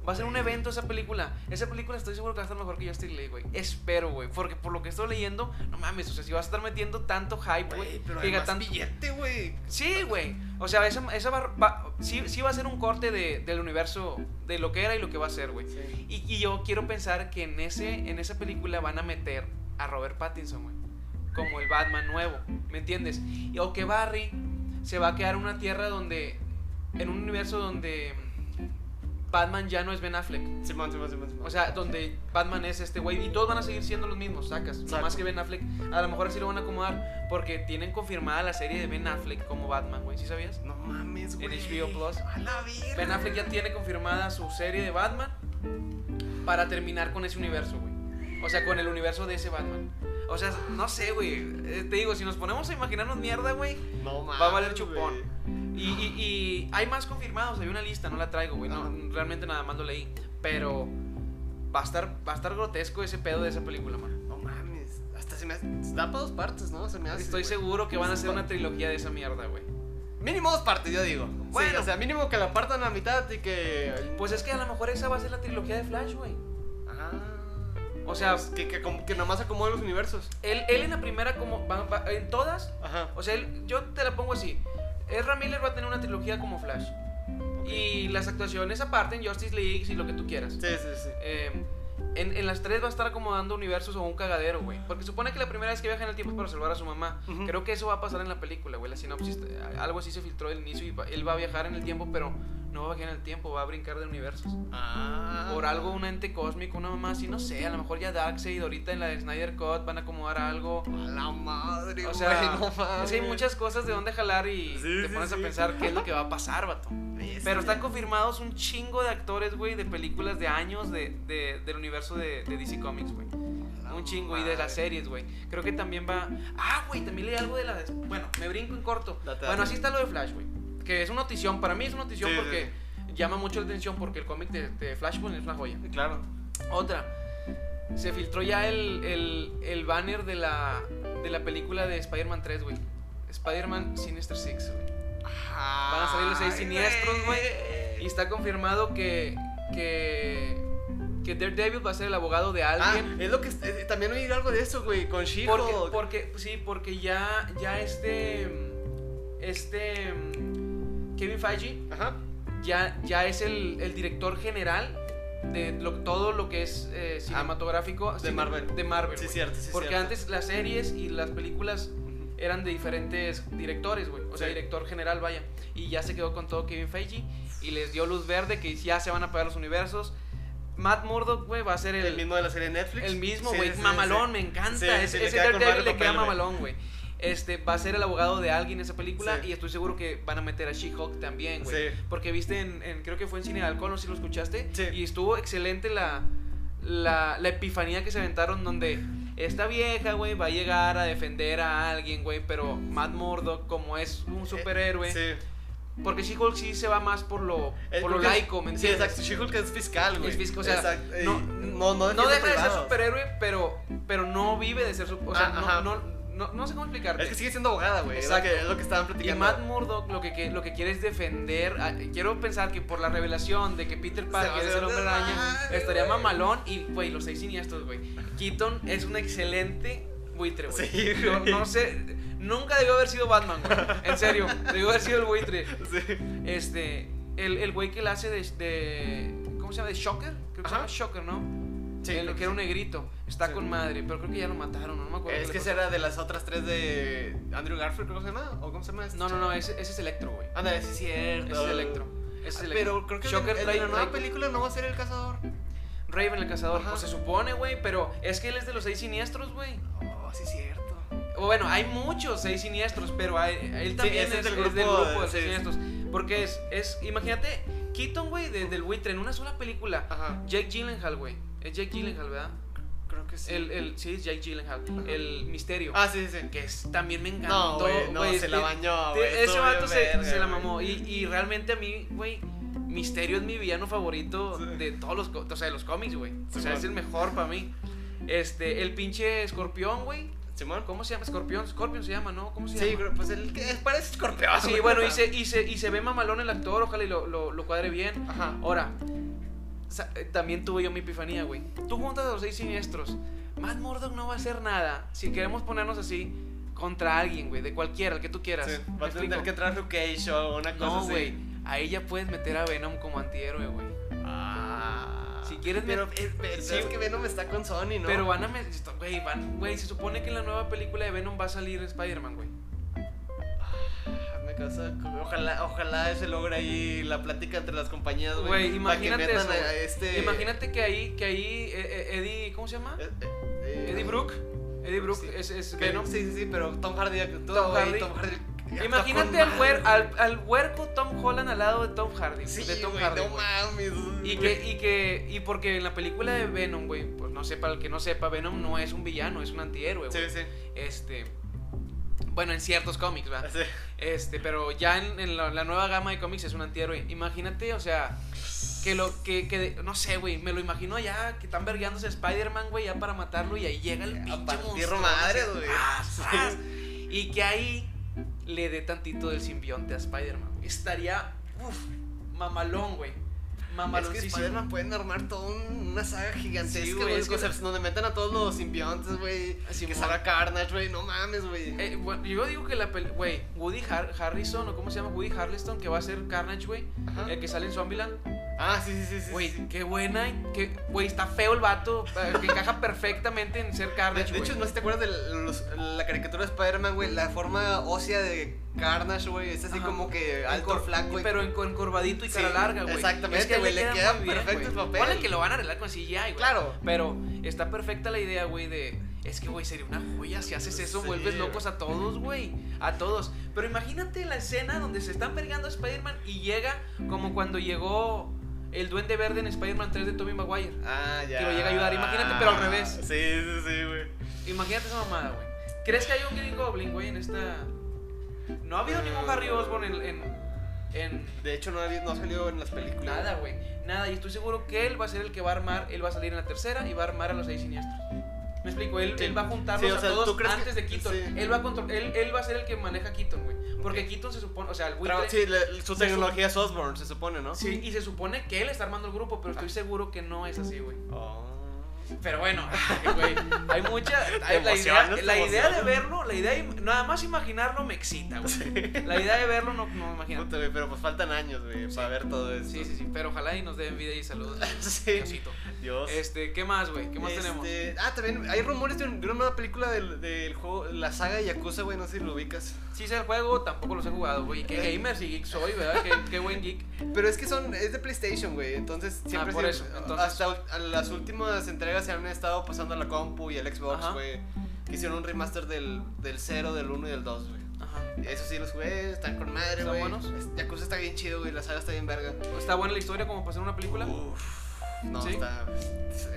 A: Va a ser un evento esa película. Esa película estoy seguro que va a estar mejor que Justice League, güey. Espero, güey. Porque por lo que estoy leyendo, no mames, o sea, si vas a estar metiendo tanto hype, güey.
B: Güey, pero
A: llega
B: hay más
A: tanto-
B: billete, güey.
A: Sí, güey. O sea, esa, esa va, va- sí, sí va a ser un corte de- del universo, de lo que era y lo que va a ser, güey.
B: Sí.
A: Y, y yo quiero pensar que en, ese, en esa película van a meter a Robert Pattinson, güey. Como el Batman nuevo, ¿me entiendes? Y- O que Barry se va a quedar en una tierra donde... En un universo donde Batman ya no es Ben Affleck.
B: Simón, Simón, Simón, Simón.
A: O sea, donde Batman es este güey y todos van a seguir siendo los mismos, sacas.
B: Exacto.
A: Más que Ben Affleck. A lo mejor así lo van a acomodar porque tienen confirmada la serie de Ben Affleck como Batman, güey. ¿Sí sabías?
B: no mames,
A: en
B: güey.
A: HBO Plus.
B: A la verga.
A: Ben Affleck ya tiene confirmada su serie de Batman para terminar con ese universo, güey. O sea, con el universo de ese Batman. O sea, no sé, güey. Eh, Te digo, si nos ponemos a imaginarnos mierda, güey.
B: No mames.
A: va a valer
B: güey.
A: chupón. Y, y- y hay más confirmados, hay una lista, no la traigo, güey. No,
B: Ajá.
A: realmente nada más lo leí. Pero va a estar, va a estar grotesco ese pedo de esa película, man.
B: No mames. Hasta se me hace. Da para dos partes, ¿no? Se me hace.
A: Estoy
B: Ah, güey.
A: seguro que van a hacer una trilogía de esa mierda, güey.
B: Mínimo dos partes, yo digo.
A: Bueno.
B: Sí, o sea, mínimo que la partan a mitad y que.
A: Pues es que a lo mejor esa va a ser la trilogía de Flash, güey.
B: Ah.
A: O sea,
B: Pues que, que, como- que nomás acomoden los universos.
A: él, él en la primera, como va- va- en todas,
B: Ajá.
A: o sea, él- yo te la pongo así. Ezra Miller va a tener una trilogía como Flash. Y las actuaciones aparte en Justice League y lo que tú quieras.
B: Sí, sí, sí.
A: Eh, en, en las tres va a estar acomodando universos o un cagadero, güey. Porque supone que la primera vez que viaja en el tiempo es para salvar a su mamá.
B: Ujú.
A: Creo que eso va a pasar en la película, güey. La sinopsis, eh, algo así se filtró del inicio y va- él va a viajar en el tiempo, pero no va a viajar en el tiempo, va a brincar de universos.
B: Ah.
A: Por algo, un ente cósmico, una mamá así, no sé. A lo mejor ya Darkseid ahorita en la de Snyder Cut van a acomodar algo.
B: A la madre,
A: O sea,
B: güey, no mames.
A: es que hay Ah, muchas cosas de dónde jalar y
B: Sí,
A: te
B: sí,
A: pones a
B: sí. Este.
A: pensar qué es lo que va a pasar, vato.
B: Bestia.
A: Pero están confirmados un chingo de actores, güey, de películas de años de, de- del universo de, de DC Comics, güey.
B: A la
A: Un chingo. Y de las
B: madre.
A: series, güey. Creo que también va... Ah, güey, también leí algo de las... Bueno, me brinco en corto.
B: Date, date.
A: Bueno, así está lo de Flash, güey. Que es una notición. Para mí es una notición
B: Sí, sí,
A: porque llama mucho la atención porque el cómic de, de Flash, pues, es una joya.
B: Claro.
A: Otra. Se filtró ya el, el, el banner de la, de la película de Spider-Man 3, güey. Spider-Man Sinister Six, güey.
B: Van
A: Van a salir los seis
B: Ay,
A: siniestros, güey.
B: güey.
A: Y está confirmado que, que, que Daredevil va a ser el abogado de
B: Ah,
A: alguien.
B: es lo que. eh, también oí algo de eso, güey, con she
A: porque, porque, sí, porque ya, ya este, mm, este, mm, Kevin Feige
B: Ajá.
A: ya, ya es el, el director general de lo- todo lo que es eh, cinematográfico
B: Ah, de
A: cine-
B: Marvel.
A: De Marvel.
B: Sí,
A: güey.
B: cierto, sí,
A: Porque
B: cierto.
A: antes las series y las películas eran de diferentes directores, güey. O sea,
B: Sí.
A: director general, vaya. Y ya se quedó con todo Kevin Feige y les dio luz verde que ya se van a pagar los universos. Matt Murdock, güey, va a ser el,
B: El mismo de la serie de Netflix.
A: el mismo,
B: Sí,
A: güey.
B: sí, sí,
A: mamalón,
B: sí.
A: me encanta.
B: Sí,
A: ese
B: sí, le
A: ese
B: queda con
A: Daredevil
B: Mario
A: le queda
B: Papel, güey.
A: mamalón, güey. Este, va a ser el abogado de alguien en esa película
B: Sí.
A: y estoy seguro que van a meter a She-Hulk también, güey.
B: Sí.
A: Porque viste en, en- creo que fue en Cine de Halcón, no sé si lo escuchaste,
B: Sí.
A: y estuvo excelente la, la, la epifanía que se aventaron donde esta vieja, güey, va a llegar a defender a alguien, güey, pero Matt Murdock, como es un superhéroe,
B: Eh, Sí.
A: porque She-Hulk sí se va más por lo,
B: Eh,
A: por lo
B: porque es-
A: laico, ¿me
B: Sí,
A: entiendes?
B: exacto. She-Hulk es fiscal, güey.
A: Es fisco, o sea,
B: Exacto, y
A: no-
B: no, no,
A: No deja
B: defiende
A: de ser
B: privados.
A: superhéroe, pero, pero no vive de ser superhéroe. O sea,
B: Ah,
A: no-
B: ajá.
A: no, no, no sé cómo explicarte.
B: Es que sigue siendo abogada, güey. Es, lo
A: Exacto.
B: que- es lo que estaban
A: y
B: platicando.
A: Matt Murdock lo que, que- lo que quiere es defender. a- quiero pensar que por la revelación de que Peter
B: va a
A: Parker es
B: hacer
A: el hombre
B: un
A: araña,
B: desmadre,
A: estaría
B: güey.
A: mamalón. Y, güey, los seis siniestros, güey. Keaton es un excelente buitre, güey.
B: Sí,
A: no,
B: güey.
A: no sé. Nunca debió haber sido Batman, güey. En serio, debió haber sido el buitre.
B: [LAUGHS] Sí.
A: Este, el el güey que la hace de, de- ¿Cómo se llama? ¿De Shocker? Creo que se
B: Ajá.
A: llama Shocker, ¿no?
B: Sí,
A: el
B: creo
A: que
B: que
A: era un
B: sí.
A: negrito. Está
B: Sí.
A: con madre, pero creo que ya lo mataron, no me acuerdo.
B: Es
A: qué
B: que
A: le
B: esa
A: pasó.
B: era de las otras tres de Andrew Garfield, creo que se llama. ¿O cómo se llama? este
A: No, Ah, no,
B: chavo?
A: no, ese, ese es Electro, güey.
B: Anda, ese es cierto.
A: Ese es Electro. Ese es
B: Ah,
A: Electro.
B: Pero creo que
A: Shocker
B: en, en
A: trae-
B: la nueva
A: trae-
B: película no va a ser el cazador.
A: Raven el cazador,
B: Ajá.
A: pues se supone, güey, pero es que él es de los seis siniestros, güey.
B: Oh, sí, es cierto.
A: O bueno, hay muchos seis siniestros, pero hay- él también
B: ese
A: es,
B: es del
A: es del
B: grupo,
A: grupo de
B: sí.
A: seis siniestros. Porque es, es imagínate, Keaton, güey, de- del buitre en una sola película.
B: Ajá.
A: Jake Gyllenhaal, güey. Es Jake Gyllenhaal, ¿verdad?
B: Creo que sí.
A: El, el, sí, es Jake Gyllenhaal.
B: Ajá.
A: El misterio.
B: Ah, sí, sí, sí.
A: Que es, también me encantó.
B: No, güey, no,
A: güey,
B: se
A: es-
B: la bañó,
A: Te-
B: güey.
A: ese
B: estuvo
A: vato
B: bien
A: se,
B: verga,
A: se la
B: güey.
A: mamó. Y, y realmente a mí, güey, Misterio es mi villano favorito
B: Sí.
A: de todos los, co- o sea, de los cómics, güey. O sea,
B: Simón.
A: es el mejor para mí. Este, el pinche escorpión, güey.
B: ¿Simón?
A: ¿Cómo se llama? Escorpión. Scorpion se llama, ¿no? ¿Cómo se
B: Sí,
A: llama? Ah,
B: pero pues el que es- parece escorpión.
A: Sí,
B: güey.
A: bueno, y se, y, se, y se ve mamalón el actor, ojalá y lo, lo, lo cuadre bien.
B: Ajá.
A: Ahora, sa- eh, también tuve yo mi epifanía, güey. Tú juntas a los seis siniestros. Matt Murdock no va a hacer nada si queremos ponernos así contra alguien, güey, de cualquiera, el que tú quieras.
B: Sí,
A: ¿Me
B: va a tener
A: explico?
B: que entrar Luke Cage o una cosa
A: No,
B: así.
A: güey. Ahí ya puedes meter a Venom como antihéroe, güey.
B: Ah.
A: Si quieres me-
B: Pero, eh, pero
A: Sí.
B: es que Venom está con Sony, ¿no?
A: Pero van a. me- esto- Güey, van. Güey, se supone que en la nueva película de Venom va a salir Spider-Man, güey.
B: Ah, me causa- Ojalá, ojalá se logre ahí la plática entre las compañías, güey.
A: Güey,
B: para que
A: imagínate
B: metan
A: eso,
B: a- a
A: güey.
B: este...
A: Imagínate que ahí, que ahí eh, eh, Eddie. ¿Cómo se llama?
B: Eh, eh, eh,
A: Eddie Brooke. Eddie Brooke
B: sí.
A: es, es
B: Que-
A: Venom.
B: Sí, sí, sí, pero Tom Hardy.
A: Tom
B: Tom
A: Hardy.
B: Hardy. Tom Hardy está
A: Imagínate
B: con
A: al, huer-
B: madre.
A: al, al huerco Tom Holland al lado de Tom Hardy.
B: Sí,
A: de Tom
B: güey,
A: Hardy.
B: no
A: güey.
B: mames.
A: Y que, y que, y porque en la película de Venom, güey, pues no sé, para el que no sepa, Venom no es un villano, es un antihéroe, güey.
B: Sí, sí.
A: Este. Bueno, en ciertos cómics, ¿verdad?
B: sí.
A: Este, pero ya en, en la, la nueva gama de cómics es un antihéroe. Imagínate, o sea, que lo que, que no sé, güey, me lo imagino ya que están vergueándose a Spider-Man, güey, ya para matarlo y ahí llega el
B: A
A: pinche
B: partir
A: monstruo,
B: madres,
A: así,
B: güey.
A: ¡zas, zas! Y que ahí le dé tantito del simbionte a Spider-Man. güey. Estaría uff, mamalón, güey.
B: Es que
A: Mamaloncísimo.
B: Spider-Man pueden armar toda un- una saga
A: Sí,
B: gigantesca,
A: güey,
B: güey.
A: es que-
B: o sea, donde metan a todos los simbiontes, güey.
A: Simón.
B: Que salga Carnage, güey. No mames, güey.
A: Eh, bueno, yo digo que la película, güey, Woody Har- Harrison o cómo se llama Woody Harrelson que va a ser Carnage, güey,
B: Ajá.
A: el que sale en Zombieland.
B: Ah, sí, sí, sí. sí,
A: eh, Güey,
B: sí.
A: qué buena. y Qué, güey, está feo el vato. eh, Que
B: [LAUGHS]
A: encaja perfectamente en ser
B: De,
A: Carnage.
B: de hecho,
A: güey.
B: no sé si te acuerdas de los- la caricatura de Spider-Man, güey. La forma ósea de Carnage, güey. Es así
A: Ajá.
B: como que
A: Encor-
B: alto, flaco, güey.
A: Pero enco- encorvadito y cara
B: Sí,
A: larga, güey.
B: exactamente,
A: a él
B: güey, le queda
A: muy
B: perfecto el
A: güey.
B: papel.
A: Ponle que lo van a arreglar con CGI, güey.
B: Claro.
A: Pero está perfecta la idea, güey, de. Es que, güey, sería una joya si haces eso,
B: Sí,
A: vuelves
B: güey.
A: locos a todos, güey. A todos. Pero imagínate la escena donde se están pegando a Spider-Man y llega como cuando llegó el Duende Verde en Spider-Man 3 de Tobey Maguire.
B: Ah, ya.
A: Que lo llega a ayudar, imagínate, pero al revés.
B: Sí, sí, sí, güey.
A: Imagínate esa mamada, güey. ¿Crees que hay un Green Goblin, güey, en esta. No ha habido ningún Harry Osborn en. en, en
B: De hecho, no, ha- no ha salido en las películas.
A: nada, güey. Nada, y estoy seguro que él va a ser el que va a armar. Él va a salir en la tercera y va a armar a los seis siniestros. Me explico, él,
B: Sí.
A: él va a juntarlos
B: Sí, o sea,
A: a
B: ¿tú
A: todos
B: crees que-
A: antes de Keaton.
B: sí.
A: Él, va a contro- él, él va a ser el que maneja a Keaton, güey. Porque Porque Keaton se supone, o sea, el buitre.
B: Tra- Sí, le- su
A: Sí,
B: tecnología es Osborne, se supone, ¿no?
A: Sí, y se supone que él está armando el grupo, pero
B: Ah.
A: estoy seguro que no es así, güey.
B: Oh.
A: Pero bueno, [LAUGHS] güey, hay mucha. hay- la, idea,
B: emocionas, te
A: la idea de
B: emocionas.
A: verlo, la idea, de im- nada más imaginarlo me excita, güey. La idea de verlo no, no me imagino.
B: Puta, güey, pero pues faltan años, güey, para ver todo eso.
A: Sí, sí, sí, pero ojalá y nos den vida y saludos.
B: [LAUGHS] Sí.
A: Diosito.
B: Dios.
A: Este, ¿qué más, güey? ¿Qué más tenemos?
B: Este, Ah, también hay rumores de, un- de una nueva película del, del juego, la saga de Yakuza, güey, no sé si lo ubicas.
A: Sí sé el juego, tampoco los he jugado, güey. Qué gamer y geek soy, ¿verdad? Qué, qué buen geek.
B: Pero es que son, es de PlayStation, güey, entonces siempre...
A: Ah, por
B: se-
A: eso, entonces.
B: Hasta ul- a las últimas entregas se han estado pasando a la compu y al Xbox,
A: Ajá.
B: güey, que hicieron un remaster del, del 0, del 1 y del 2, güey.
A: Ajá.
B: Eso sí, los jugué, están con madre,
A: ¿Están
B: güey.
A: buenos?
B: Es- Yakuza está bien chido, güey, la saga está bien verga.
A: ¿Está buena la historia como para hacer una película?
B: Uh. Uf, no,
A: ¿Sí?
B: está.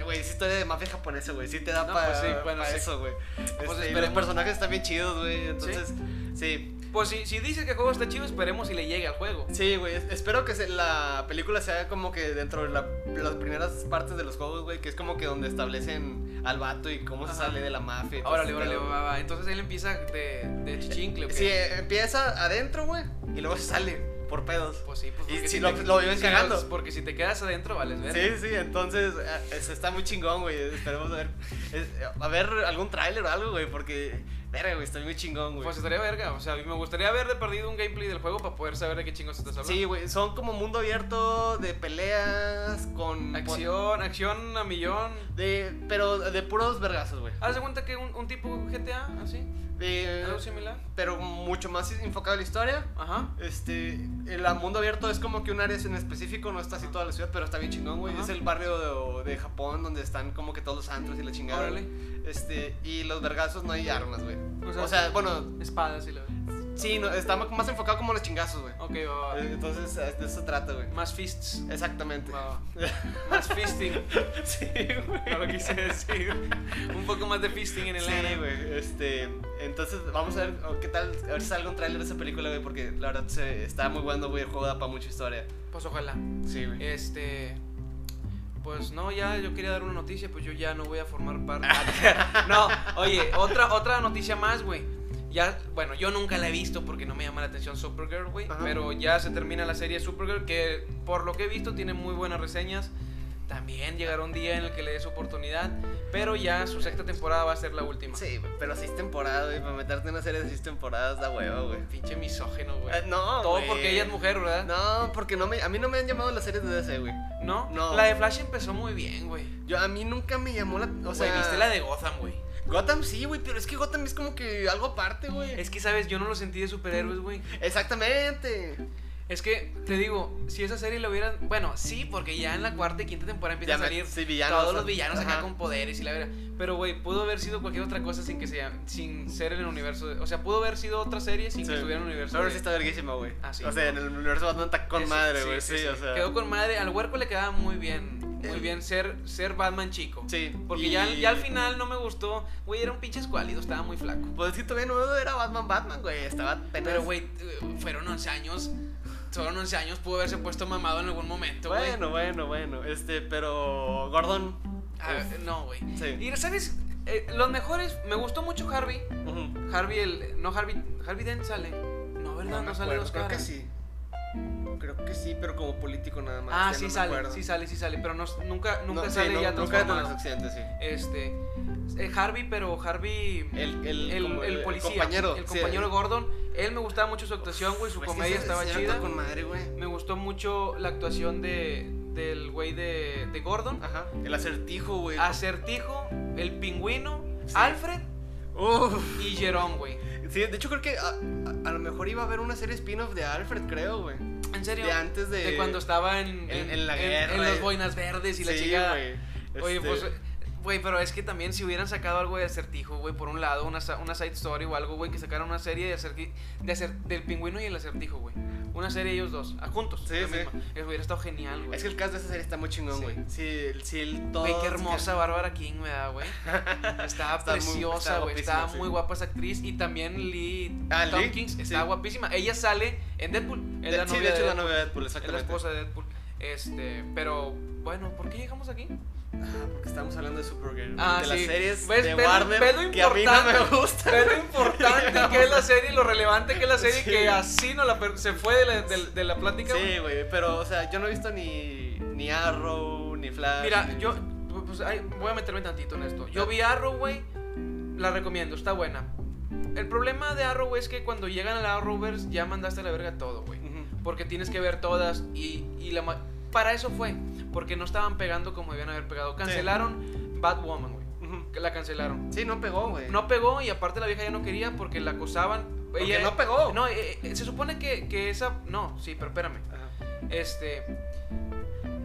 B: Güey, es historia de mafia japonesa, güey. Sí te da
A: No,
B: para
A: pues sí, bueno, sí. Pues
B: eso, güey. Este, y los
A: esperemos.
B: personajes están bien chidos, güey. Entonces, sí.
A: Pues si, si dices que el juego está chido, esperemos si le llegue al juego.
B: Sí, güey. es- espero que se- la película sea como que dentro de la- las primeras partes de los juegos, güey. Que es como que donde establecen al vato y cómo se
A: Ajá.
B: sale de la mafia. y todo
A: Órale,
B: ese
A: órale,
B: pedo,
A: va,
B: güey.
A: va, va. Entonces él empieza de, de chichincle, ¿ok?
B: Sí, eh, empieza adentro, güey. Y luego se sale por pedos.
A: Pues sí, pues
B: Y
A: porque
B: si lo- lo viven
A: si
B: cagando.
A: los- porque si te quedas adentro, vales ver.
B: Sí, sí, entonces ah, es- está muy chingón, güey. Esperemos a ver, es- a ver algún tráiler o algo, güey, porque, verga, güey, está muy chingón, güey.
A: Pues estaría verga. O sea, a mí me gustaría haber perdido un gameplay del juego para poder saber de qué chingos estás hablando.
B: Sí, güey, son como mundo abierto de peleas con
A: Acción, acción a millón.
B: De, pero de puros vergazos, güey.
A: Haz de cuenta que un, un tipo GTA, así,
B: De-
A: algo similar.
B: pero mucho más enfocado a la historia.
A: Ajá.
B: Este, el mundo abierto es como que un área en específico, no está así toda la ciudad, pero está bien chingón, güey.
A: Ajá.
B: Es el barrio de, de Japón donde están como que todos los antros y la chingada.
A: Órale.
B: Este, y los vergazos no hay armas, güey.
A: O
B: O
A: sea,
B: sea, bueno,
A: Espadas y la.
B: sí, no, está ma- más enfocado como a los chingazos, güey.
A: Ok, va, va, va.
B: Eh, Entonces, eh, de eso se trata, güey.
A: Más fists.
B: Exactamente.
A: Va, va. Más fisting.
B: [LAUGHS]
A: [LAUGHS]
B: sí, güey.
A: No lo quise decir. Un poco más de fisting en el
B: Sí,
A: aire.
B: güey. Este, entonces, vamos a ver oh, qué tal, a ver si sale un tráiler de esa película, güey, porque la verdad se, está muy bueno, güey. El juego da para mucha historia. Eh,
A: Pues ojalá.
B: Sí, güey.
A: Este. Pues no, ya yo quería dar una noticia, pues yo ya no voy a formar parte.
B: [LAUGHS]
A: no, oye, otra, otra noticia más, güey. Ya, bueno, yo nunca la he visto porque no me llama la atención Supergirl, güey.
B: Ajá.
A: Pero ya se termina la serie Supergirl, que por lo que he visto tiene muy buenas reseñas. También llegará un día en el que le des oportunidad. Pero ya su sexta temporada va a ser la última.
B: Sí, güey, pero seis temporadas, güey. Para meterte en una serie de seis temporadas da hueva, güey.
A: Pinche misógeno, güey.
B: Eh, no,
A: Todo
B: güey.
A: porque ella es mujer, ¿verdad?
B: No, porque no me, a mí no me han llamado las series de DC, güey.
A: ¿No?
B: No.
A: La de Flash empezó muy bien, güey.
B: Yo, a mí nunca me llamó la. O
A: O
B: sea,
A: sea, viste la de Gotham, güey.
B: Gotham sí, güey, pero es que Gotham es como que algo aparte, güey.
A: Es que, ¿sabes? Yo no lo sentí de superhéroes, güey.
B: Exactamente.
A: Es que, te digo, si esa serie la hubieran... Bueno, sí, porque ya en la cuarta y quinta temporada empiezan
B: me-
A: a salir
B: sí, villanos,
A: todos
B: o-
A: los villanos acá
B: ajá.
A: con poderes y la verdad. Pero, güey, pudo haber sido cualquier otra cosa sin que sea... Sin ser en el universo... de- o sea, pudo haber sido otra serie sin
B: Sí.
A: que estuviera en el universo
B: Ahora
A: de-
B: sí está verguísima, güey.
A: Ah, sí.
B: O sea, en el universo Batman está con
A: Ese-
B: madre, güey. Sí, o sea.
A: Quedó con madre. Al huerco le quedaba muy bien. Muy
B: El-
A: bien ser, ser Batman chico.
B: Sí.
A: Porque
B: y-
A: ya, ya al final no me gustó. Güey, era un pinche escuálido, estaba muy flaco.
B: Pues es que todavía no era Batman, Batman, güey. Estaba apenas.
A: Pero, güey, eh, fueron 11 años. Fueron 11 años, pudo haberse puesto mamado en algún momento, güey.
B: Bueno, bueno, bueno. Este, pero. Gordon.
A: A ver,
B: Uf.
A: no, güey.
B: Sí.
A: pues. Y, ¿sabes? Eh, los mejores, me gustó mucho Harvey.
B: Ujú.
A: Harvey, el. No, Harvey. Harvey Dent sale. No, ¿verdad? No,
B: me
A: sale
B: acuerdo,
A: dos
B: Creo
A: caras.
B: que sí. Creo que sí, pero como político nada más.
A: Ah,
B: ya
A: sí
B: no me
A: sale,
B: acuerdo.
A: sí sale, sí sale. Pero no, nunca, nunca
B: No, sí,
A: sale
B: no,
A: ya
B: Nunca en los
A: transformado.
B: accidentes, sí.
A: Este. eh, Harvey, pero Harvey.
B: El, el,
A: el-
B: como
A: el policía.
B: compañero.
A: El
B: sí.
A: compañero Gordon. Él me gustaba mucho su actuación, güey. Su
B: Pues que
A: comedia
B: ese-
A: estaba
B: ese actor
A: chida.
B: con madre, güey.
A: Me gustó mucho la actuación de, del güey de, de Gordon.
B: Ajá. El acertijo, güey.
A: Ah, Acertijo, el pingüino,
B: Sí.
A: Alfred
B: Uf.
A: y Jerome, güey.
B: Sí, de hecho creo que a, a- a lo mejor iba a haber una serie spin-off de Alfred, creo, güey.
A: ¿En serio?
B: De antes de...
A: De cuando estaba en,
B: en- en la guerra,
A: En, los
B: eh.
A: boinas verdes y la
B: Sí,
A: chica.
B: güey.
A: Oye,
B: Este,
A: pues. Güey, pero es que también si hubieran sacado algo de acertijo, güey, por un lado, una, sa- una side story o algo, güey, que sacaran una serie de, acerti- de acer- del pingüino y el acertijo, güey. Una serie ellos dos, ah, juntos.
B: Sí,
A: la
B: sí.
A: misma. Eso hubiera estado genial, güey.
B: Es que el cast de esa serie está muy chingón,
A: Sí.
B: güey. Sí, el- sí, el todo...
A: Güey, qué hermosa Bárbara King me da, güey. Estaba
B: [LAUGHS] Está muy-
A: preciosa,
B: está
A: güey.
B: guapísima,
A: Estaba
B: sí.
A: muy guapa esa actriz. Y también Lee
B: Ah, Lee,
A: Tompkins. Está
B: sí.
A: guapísima. Ella sale en Deadpool. Es la
B: sí,
A: novia
B: de hecho
A: de
B: la
A: Deadpool.
B: novia de Deadpool,
A: Es la
B: exactamente. [LAUGHS]
A: esposa de Deadpool. Este, pero bueno, ¿por qué llegamos aquí?
B: Ah, porque estamos hablando de Supergirl.
A: Ah,
B: de
A: sí.
B: las series
A: ¿Ves?
B: de
A: Ve lo-
B: Warner
A: ve lo
B: que a mí no me
A: importante.
B: gustan.
A: Pero lo
B: [LAUGHS]
A: importante que es la serie, lo relevante que es la serie,
B: Sí.
A: que así no la per- se fue de la, de- de la plática. güey.
B: Sí, güey, pero, o sea, yo no he visto ni, ni Arrow, ni Flash.
A: Mira,
B: ni-
A: yo pues, ay, voy a meterme tantito en esto.
B: Ah.
A: Yo vi Arrow, güey. La recomiendo, está buena. El problema de Arrow güey, es que cuando llegan a la Arrowverse ya mandaste a la verga todo, güey.
B: Ujú.
A: Porque tienes que ver todas y, y la ma- para eso fue, porque no estaban pegando como debían haber pegado. Cancelaron Batwoman, güey.
B: Ujú.
A: que La cancelaron.
B: Sí, no pegó, güey.
A: No pegó y aparte la vieja ya no quería porque la acosaban.
B: Porque
A: Ella-
B: no pegó.
A: No, eh, eh, se supone que, que esa... No, sí, pero espérame.
B: Ajá.
A: Este.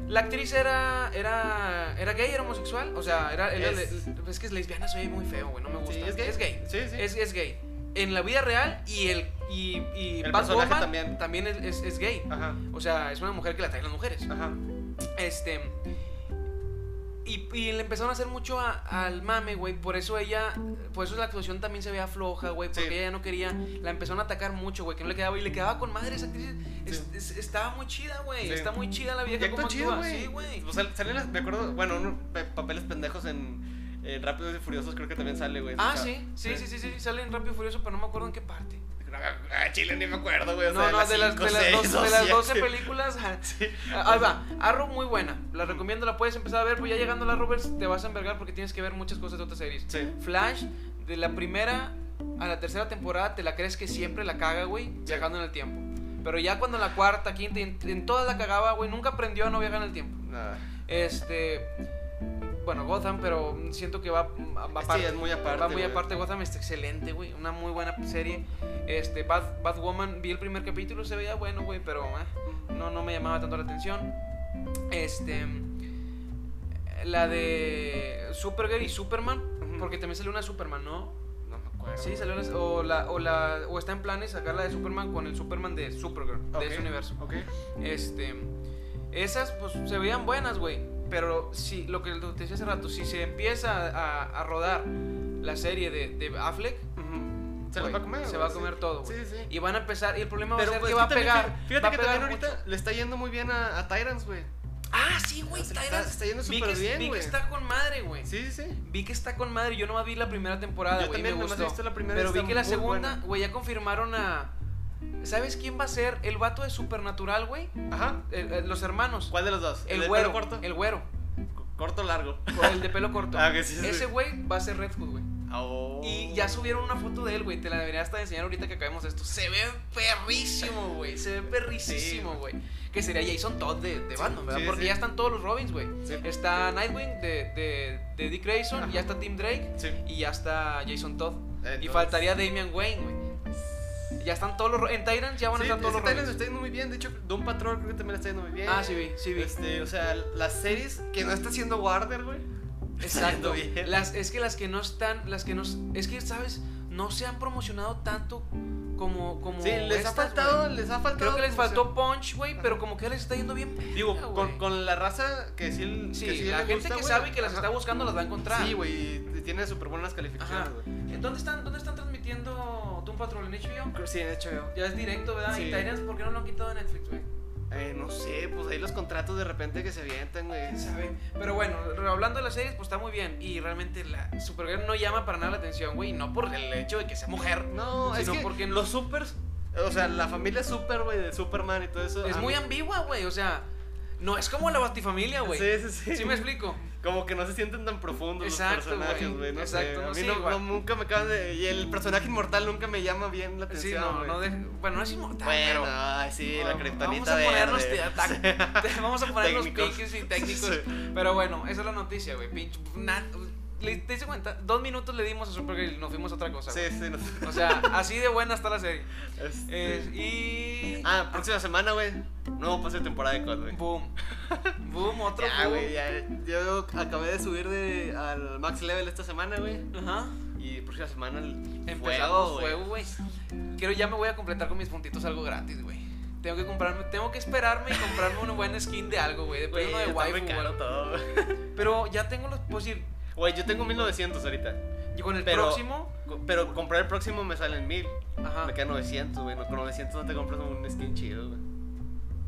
A: La actriz era. era. era gay, era homosexual. O sea, era. era- le-
B: Es-
A: es, que es lesbiana, soy muy feo, güey. No me gusta.
B: Sí, es gay. Sí, sí.
A: Es, es gay. En la vida real y el. Y, y
B: El
A: Batwoman
B: personaje también. Ah.
A: es, es- es gay.
B: Ajá.
A: O sea, es una mujer que la traen las mujeres.
B: Ajá.
A: Este. Y, y le empezaron a hacer mucho a- al mame, güey. Por eso ella. Por eso la actuación también se veía floja, güey. Porque
B: Sí.
A: ella ya no quería. La empezaron a atacar mucho, güey. Que no le quedaba. Y le quedaba con madre esa actriz. Es-
B: Sí.
A: es- estaba muy chida, güey.
B: Sí.
A: Está muy chida la
B: Y
A: vieja.
B: actúa
A: ¿Cómo
B: chido,
A: actúa?
B: güey.
A: Sí, güey.
B: O sea, salen las- me acuerdo, bueno, unos pe- papeles pendejos en, en Rápidos y Furiosos creo que también sale, güey.
A: Ah,
B: O sea,
A: sí. Sí, sí, sí, sí. sí, Sale en Rápido y Furioso, pero no me acuerdo en qué parte.
B: Ah, Chile, ni me acuerdo, güey. o
A: No,
B: sea,
A: no, de las,
B: cinco,
A: de, las
B: seis,
A: dos-
B: o
A: de las
B: siete.
A: 12 películas. ajá.
B: Sí.
A: [LAUGHS] Ah, Ahí va, Arrow muy buena, la recomiendo, la puedes empezar a ver, pues ya llegando a la Rovers te vas a envergar porque tienes que ver muchas cosas de otras series.
B: Sí.
A: Flash, de la primera a la tercera temporada, te la crees que siempre la caga, güey, viajando en el tiempo. Pero ya cuando en la cuarta, quinta, y en, en todas la cagaba, güey, nunca aprendió a no viajar en el tiempo.
B: Nada.
A: Este, bueno, Gotham, pero siento que va, va
B: Sí,
A: aparte.
B: Este es muy aparte,
A: Va muy
B: güey.
A: aparte, Gotham está excelente, güey, una muy buena serie. Este, Bad, Batwoman, vi el primer capítulo, se veía bueno, güey, pero... eh no, no me llamaba tanto la atención. Este. La de Supergirl y Superman.
B: Ujú.
A: Porque también salió una de Superman, ¿no?
B: No me acuerdo.
A: Sí, salió una. O, la, o, la, o está en planes sacar la de Superman con el Superman de Supergirl.
B: Ok,
A: De ese universo.
B: Ok.
A: Este. Esas, pues se veían buenas, güey. Pero si, lo que te decía hace rato, si se empieza a, a rodar la serie de, de Affleck.
B: Ujú. Se
A: güey,
B: las va a comer.
A: Se
B: güey,
A: va a
B: sí.
A: comer todo, güey.
B: Sí, sí.
A: Y van a empezar. Y el problema va a ser
B: pues,
A: que va a
B: es también,
A: pegar.
B: fíjate- Fíjate
A: va a
B: que
A: pegar
B: también ahorita
A: mucho.
B: le está yendo muy bien a, a Tyrants, güey.
A: Ah, sí, güey,
B: Se le
A: Tyrant.
B: está- se está yendo
A: Vi
B: súper
A: que-
B: bien,
A: Vi que
B: güey.
A: está con madre, güey.
B: Sí, sí, sí.
A: Vi que está con madre. Yo nomás vi la primera temporada,
B: Yo
A: güey.
B: también
A: me
B: nomás he
A: gustó.
B: visto la primera,
A: Pero vi
B: está
A: que la
B: muy
A: segunda,
B: buena.
A: güey, ya confirmaron a. ¿Sabes quién va a ser el vato de Supernatural, güey?
B: Ajá.
A: El- el- los hermanos.
B: ¿Cuál de los dos?
A: uh, El,
B: del
A: güero.
B: pelo corto?
A: El güero.
B: Corto o largo.
A: O el de pelo corto.
B: [LAUGHS] Ah, que sí, sí.
A: Ese güey va a ser Redwood, güey.
B: Oh.
A: Y ya subieron una foto de él, güey. Te la debería hasta enseñar ahorita que acabemos esto. Se ve perrísimo, güey. Se ve perrísimo,
B: Sí,
A: güey. Que sería Jason Todd de, de Batman, ¿verdad?
B: sí,
A: Porque
B: sí.
A: ya están todos los Robins, güey.
B: Sí.
A: Está Nightwing de, de, de Dick Grayson,
B: Ajá.
A: ya está Tim Drake
B: Sí.
A: y ya está Jason Todd. Y
B: Entonces-
A: faltaría Damian Wayne, güey. Ya están todos los... ro- En Tyrants ya van a
B: Sí,
A: estar todos
B: ese
A: los
B: Tyrants
A: Robins.
B: está yendo muy bien. De hecho, Doom Patrol creo que también le está yendo muy bien.
A: Ah, sí vi, sí vi.
B: Este, o sea, las series que no está haciendo Warner, güey. está yendo
A: Exacto.
B: bien.
A: Las, es que las que no están... Las que no... Es que, ¿sabes? No se han promocionado tanto como... como
B: Sí, les ha
A: estas,
B: faltado,
A: güey.
B: les ha faltado.
A: Creo que les
B: promoción.
A: faltó punch, güey, pero como que les está yendo bien. verga,
B: Digo, con,
A: güey.
B: con la raza que sí,
A: Sí,
B: que sí
A: la
B: le
A: gente
B: gusta,
A: que
B: güey.
A: sabe que las
B: Ajá.
A: está buscando las va a encontrar.
B: Sí, güey, y tiene súper buenas calificaciones,
A: Ajá.
B: güey.
A: ¿Dónde están, ¿Dónde están transmitiendo Doom Patrol en HBO?
B: Sí, de hecho, yo.
A: Ya es directo, ¿verdad?
B: Sí.
A: Y Tyrants, ¿por qué no lo han quitado de Netflix, güey?
B: Eh, no sé, pues ahí los contratos de repente que se avientan, güey.
A: ¿Quién sabe? Pero bueno, re- hablando de las series, pues está muy bien. Y realmente la Supergirl no llama para nada la atención, güey. y No por el hecho de que sea mujer.
B: No, es
A: Sino
B: que
A: porque-
B: los supers, o sea, la familia super, güey, de Superman y todo eso.
A: Es
B: a
A: muy
B: mí-
A: ambigua, güey. O sea, no es como la Batifamilia, güey. Sí,
B: Sí, sí, sí.
A: me explico?
B: Como que no se sienten tan profundos
A: Exacto,
B: los personajes,
A: güey.
B: güey. No
A: Exacto,
B: sé.
A: no
B: A mí
A: sé,
B: no,
A: igual.
B: no, nunca me acaban de. Y el personaje inmortal nunca me llama bien la
A: Sí,
B: atención.
A: no,
B: güey.
A: no de- Bueno, no es inmortal,
B: Bueno,
A: pero.
B: ay, sí, la
A: Bueno,
B: criptonita
A: Vamos a ponernos,
B: verde.
A: te- [LAUGHS] atac- vamos a ponernos
B: Técnicos.
A: piques y técnicos.
B: Sí.
A: Pero bueno, esa es la noticia, güey. Pinche. na- ¿le- ¿Te diste cuenta? Dos minutos le dimos a Supergirl y nos fuimos a otra cosa.
B: [LAUGHS] Sí,
A: güey.
B: sí, no sé.
A: O sea, así de buena está la serie.
B: Este,
A: Es- y.
B: Ah, próxima semana, güey. Nuevo pase de temporada de COD,
A: [LAUGHS]
B: güey.
A: Boom.
B: [LAUGHS]
A: Boom, otro
B: Ya,
A: boom.
B: güey, ya. Yo acabé de subir de, al max level esta semana, güey.
A: Ajá.
B: Y próxima semana el
A: Empezamos
B: fuego,
A: fuego,
B: güey.
A: güey. Quiero, ya me voy a completar con mis puntitos algo gratis, güey. Tengo que comprarme, tengo que esperarme y comprarme una buena skin de algo, güey. Después
B: Güey,
A: uno de
B: está muy
A: waifu,
B: caro
A: güey.
B: todo, güey.
A: Pero ya tengo los, pues sí,
B: Güey, yo tengo 1900 ahorita.
A: y con el
B: Pero-
A: próximo,
B: Co- Pero comprar el próximo me salen 1000.
A: ajá.
B: Me quedan 900, güey. No, Con 900 no te compras un skin chido, güey.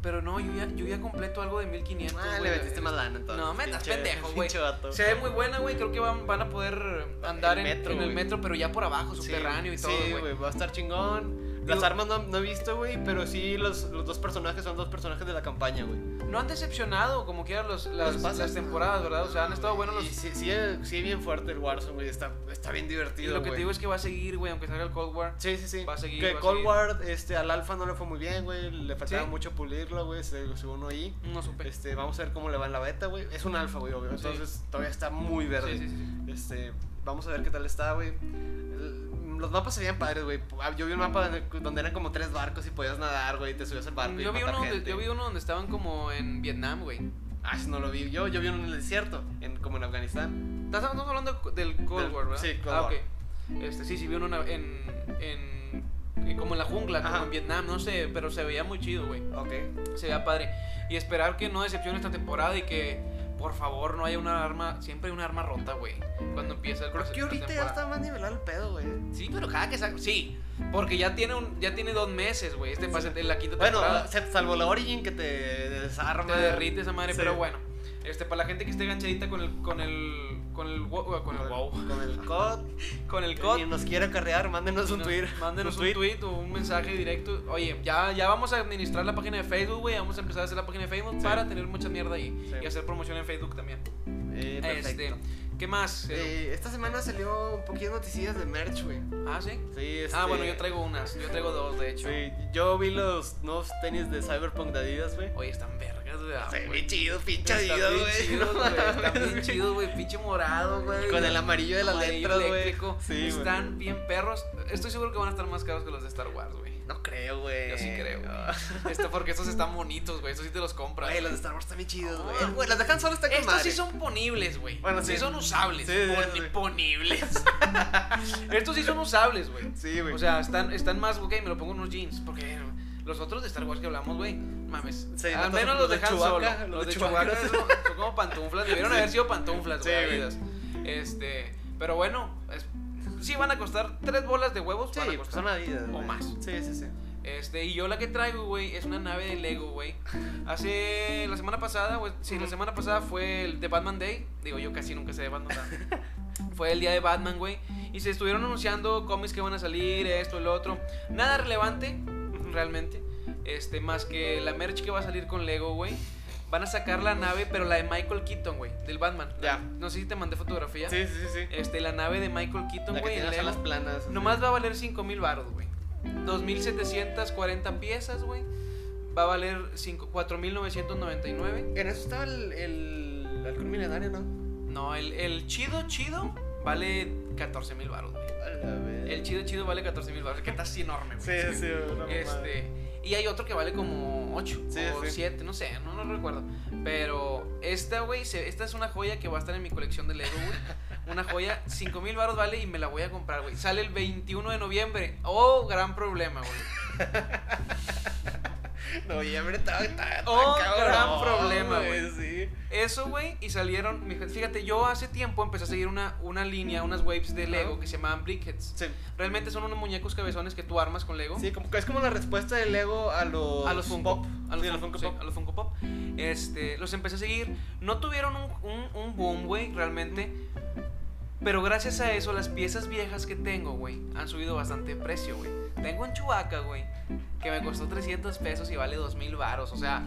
A: Pero no, yo ya, yo ya completo algo de 1500.
B: Ah, le
A: güey.
B: metiste más lana entonces.
A: No, me estás
B: pinche- [LAUGHS]
A: pendejo, güey.
B: pinche vato.
A: Se ve muy buena, güey. Creo que van, van a poder andar
B: el
A: en,
B: metro,
A: en el
B: güey.
A: metro, pero ya por abajo,
B: Sí,
A: subterráneo y
B: sí,
A: todo, güey.
B: güey. Va a estar chingón. Las
A: Digo-
B: armas no, no he visto, güey, pero sí los, los dos personajes son dos personajes de la campaña, güey.
A: No han decepcionado como quieran los, las,
B: Los pases,
A: las temporadas, ¿verdad? O sea, han estado buenos los.
B: Y sí, sí, eh, sí, bien fuerte el Warzone, güey. Está, está bien
A: Y
B: divertido,
A: lo que
B: güey.
A: te digo es que va a seguir, güey, aunque salga el Cold War.
B: Sí, sí, sí.
A: va a seguir,
B: que
A: va a
B: Cold
A: seguir.
B: War, este, al alfa no le fue muy bien, güey. Le faltaba
A: Sí.
B: mucho pulirlo, güey. Se se uno ahí.
A: No supe.
B: Este, vamos a ver cómo le va en la beta, güey. Es un alfa, güey, obvio.
A: Sí.
B: Entonces todavía está muy verde.
A: Sí, sí, sí.
B: Este, vamos a ver qué tal está, güey. El- Los mapas se veían padres, güey. Ah, Yo vi un mapa donde- donde eran como tres barcos y podías nadar, güey. Te subías al barco
A: Yo
B: y
A: vi,
B: matar
A: uno donde,
B: gente.
A: yo vi uno donde estaban como en Vietnam, güey.
B: Ah, ese no lo vi yo. Yo vi uno en el desierto, en, como en Afganistán.
A: Estás estamos hablando del Cold
B: Del-
A: War, ¿verdad?
B: sí, Cold
A: ah,
B: War.
A: ok. Este, sí, sí, vi uno en, en, en- Como en la jungla, como
B: Ajá.
A: en Vietnam, no sé, pero se veía muy chido, güey.
B: Ok.
A: Se veía padre. Y esperar que no decepcione esta temporada y que, por favor, no haya una arma. Siempre hay una arma rota, güey. Cuando empieza el
B: Creo
A: proceso.
B: que ahorita ya está más nivelado el pedo, güey.
A: Sí, pero cada que saca. Sí, porque ya tiene, un, ya tiene dos meses, güey. Este pasa en la quinta
B: Bueno,
A: temporada.
B: se- salvo la Origin que te desarma.
A: te derrite esa madre,
B: Sí.
A: pero bueno. Este, para la gente que esté ganchadita con el. Con el. Con el. wo- Con el. wow, [LAUGHS]
B: Con el COD.
A: Con el COD.
B: Ni nos quiere carrear, mándenos un
A: Nos- [LAUGHS]
B: tweet.
A: Mándenos un tweet. o un mensaje directo. Oye, ya, ya vamos a administrar la página de Facebook, güey. Vamos a empezar a hacer la página de Facebook
B: Sí.
A: para tener mucha mierda ahí.
B: Sí.
A: Y hacer promoción en Facebook también.
B: Eh, perfecto.
A: Eh, Este, ¿Qué más? Edu?
B: Eh, esta semana salió un poquito de noticias de merch, güey.
A: ah, sí.
B: Sí, este,
A: Ah, bueno, yo traigo unas. Yo traigo dos, de hecho.
B: Sí, yo vi los nuevos tenis de Cyberpunk de Adidas, güey.
A: Oye, están vergas, güey. Ah,
B: Se
A: güey.
B: ve chido, pinche
A: Están
B: Adidas,
A: bien
B: güey.
A: chidos,
B: [LAUGHS] No
A: güey. Están
B: mames,
A: bien
B: güey.
A: chidos, güey. Pinche morado, güey.
B: Con el amarillo de las
A: Amarillo
B: letras,
A: eléctrico.
B: güey. Sí, güey.
A: Están bien perros. Estoy seguro que van a estar más caros que los de Star Wars, güey.
B: No creo, güey.
A: Yo sí creo,
B: Eh, No.
A: [LAUGHS] güey. Esto porque estos están bonitos, güey. Estos sí te los compras.
B: Güey, los de Star Wars están bien chidos, güey.
A: Ah.
B: Güey, las dejan solas están con
A: Estos
B: madre.
A: sí son ponibles, güey.
B: Bueno,
A: sí.
B: sí.
A: son usables.
B: Sí, sí,
A: Pon-
B: sí.
A: Ponibles. [LAUGHS] Estos sí son usables, güey.
B: Sí, güey.
A: O sea, están, están más, ok, me lo pongo en unos jeans. Porque los otros de Star Wars que hablamos, güey, mames.
B: Sí,
A: al menos
B: los de-
A: los
B: los de
A: dejan
B: Chewbacca,
A: solo.
B: los
A: Los
B: de
A: de Chewbacca
B: Chewbacca.
A: son, son como pantuflas.
B: [LAUGHS]
A: Debieron haber sido pantuflas,
B: Sí,
A: güey.
B: güey.
A: Adidas. Este. Pero bueno, es- sí van a costar tres bolas de huevos. van a
B: Sí, pues
A: costar.
B: son Adidas.
A: O
B: güey.
A: más.
B: Sí, sí, sí.
A: Este, y yo la que traigo, güey, es una nave de Lego, güey. Hace la semana pasada, güey, sí, la
B: Ujú.
A: semana pasada fue el de Batman Day. Digo, yo casi nunca sé de Batman.
B: [LAUGHS]
A: ¿verdad? fue el día de Batman, güey. Y se estuvieron anunciando cómics que van a salir, esto, el otro. Nada relevante, realmente. Este, más que la merch que va a salir con Lego, güey. Van a sacar la nave, pero la de Michael Keaton, güey, del Batman.
B: Ya.
A: No sé si te mandé fotografía.
B: Sí, sí, sí, sí.
A: Este, la nave de Michael Keaton,
B: La que
A: güey, en
B: tiene las
A: Lego.
B: alas planas. así.
A: Nomás va a valer 5000 baros, güey. 2740 piezas, güey. Va a valer cinco- 4999.
B: En eso estaba el, el alcohol milenario, ¿no?
A: No, el, el chido chido vale 14000 baros, güey.
B: A la vez.
A: El chido chido vale 14000 baros, que está así enorme, güey.
B: Sí, sí, una mamada.
A: Este, y hay otro que vale como 8
B: Sí,
A: o
B: sí.
A: 7, no sé, no, no recuerdo. Pero esta, güey, se- esta es una joya que va a estar en mi colección de Lego, güey. Una joya, 5 mil baros vale y me la voy a comprar, güey. Sale el 21 de noviembre. Oh, gran problema, güey.
B: No, ya me estaba
A: Oh, gran
B: cabrón,
A: problema,
B: Sí.
A: Eso, güey, y salieron. mi- Fíjate, yo hace tiempo empecé a seguir una, una línea, unas waves de Lego
B: Ajá.
A: que se llamaban Brickheads.
B: Sí.
A: Realmente son unos muñecos cabezones que tú armas con Lego.
B: Sí, como que es como la respuesta del ego a los
A: a los Funko
B: Pop.
A: A los,
B: Sí,
A: Funko, sí, a los Funko Pop. Este, los empecé a seguir. No tuvieron un, un, un boom, güey, realmente. Pero gracias a eso, las piezas viejas que tengo, güey, han subido bastante de precio, güey. Tengo un Chewbacca, güey, que me costó 300 pesos y vale 2000 varos, o sea.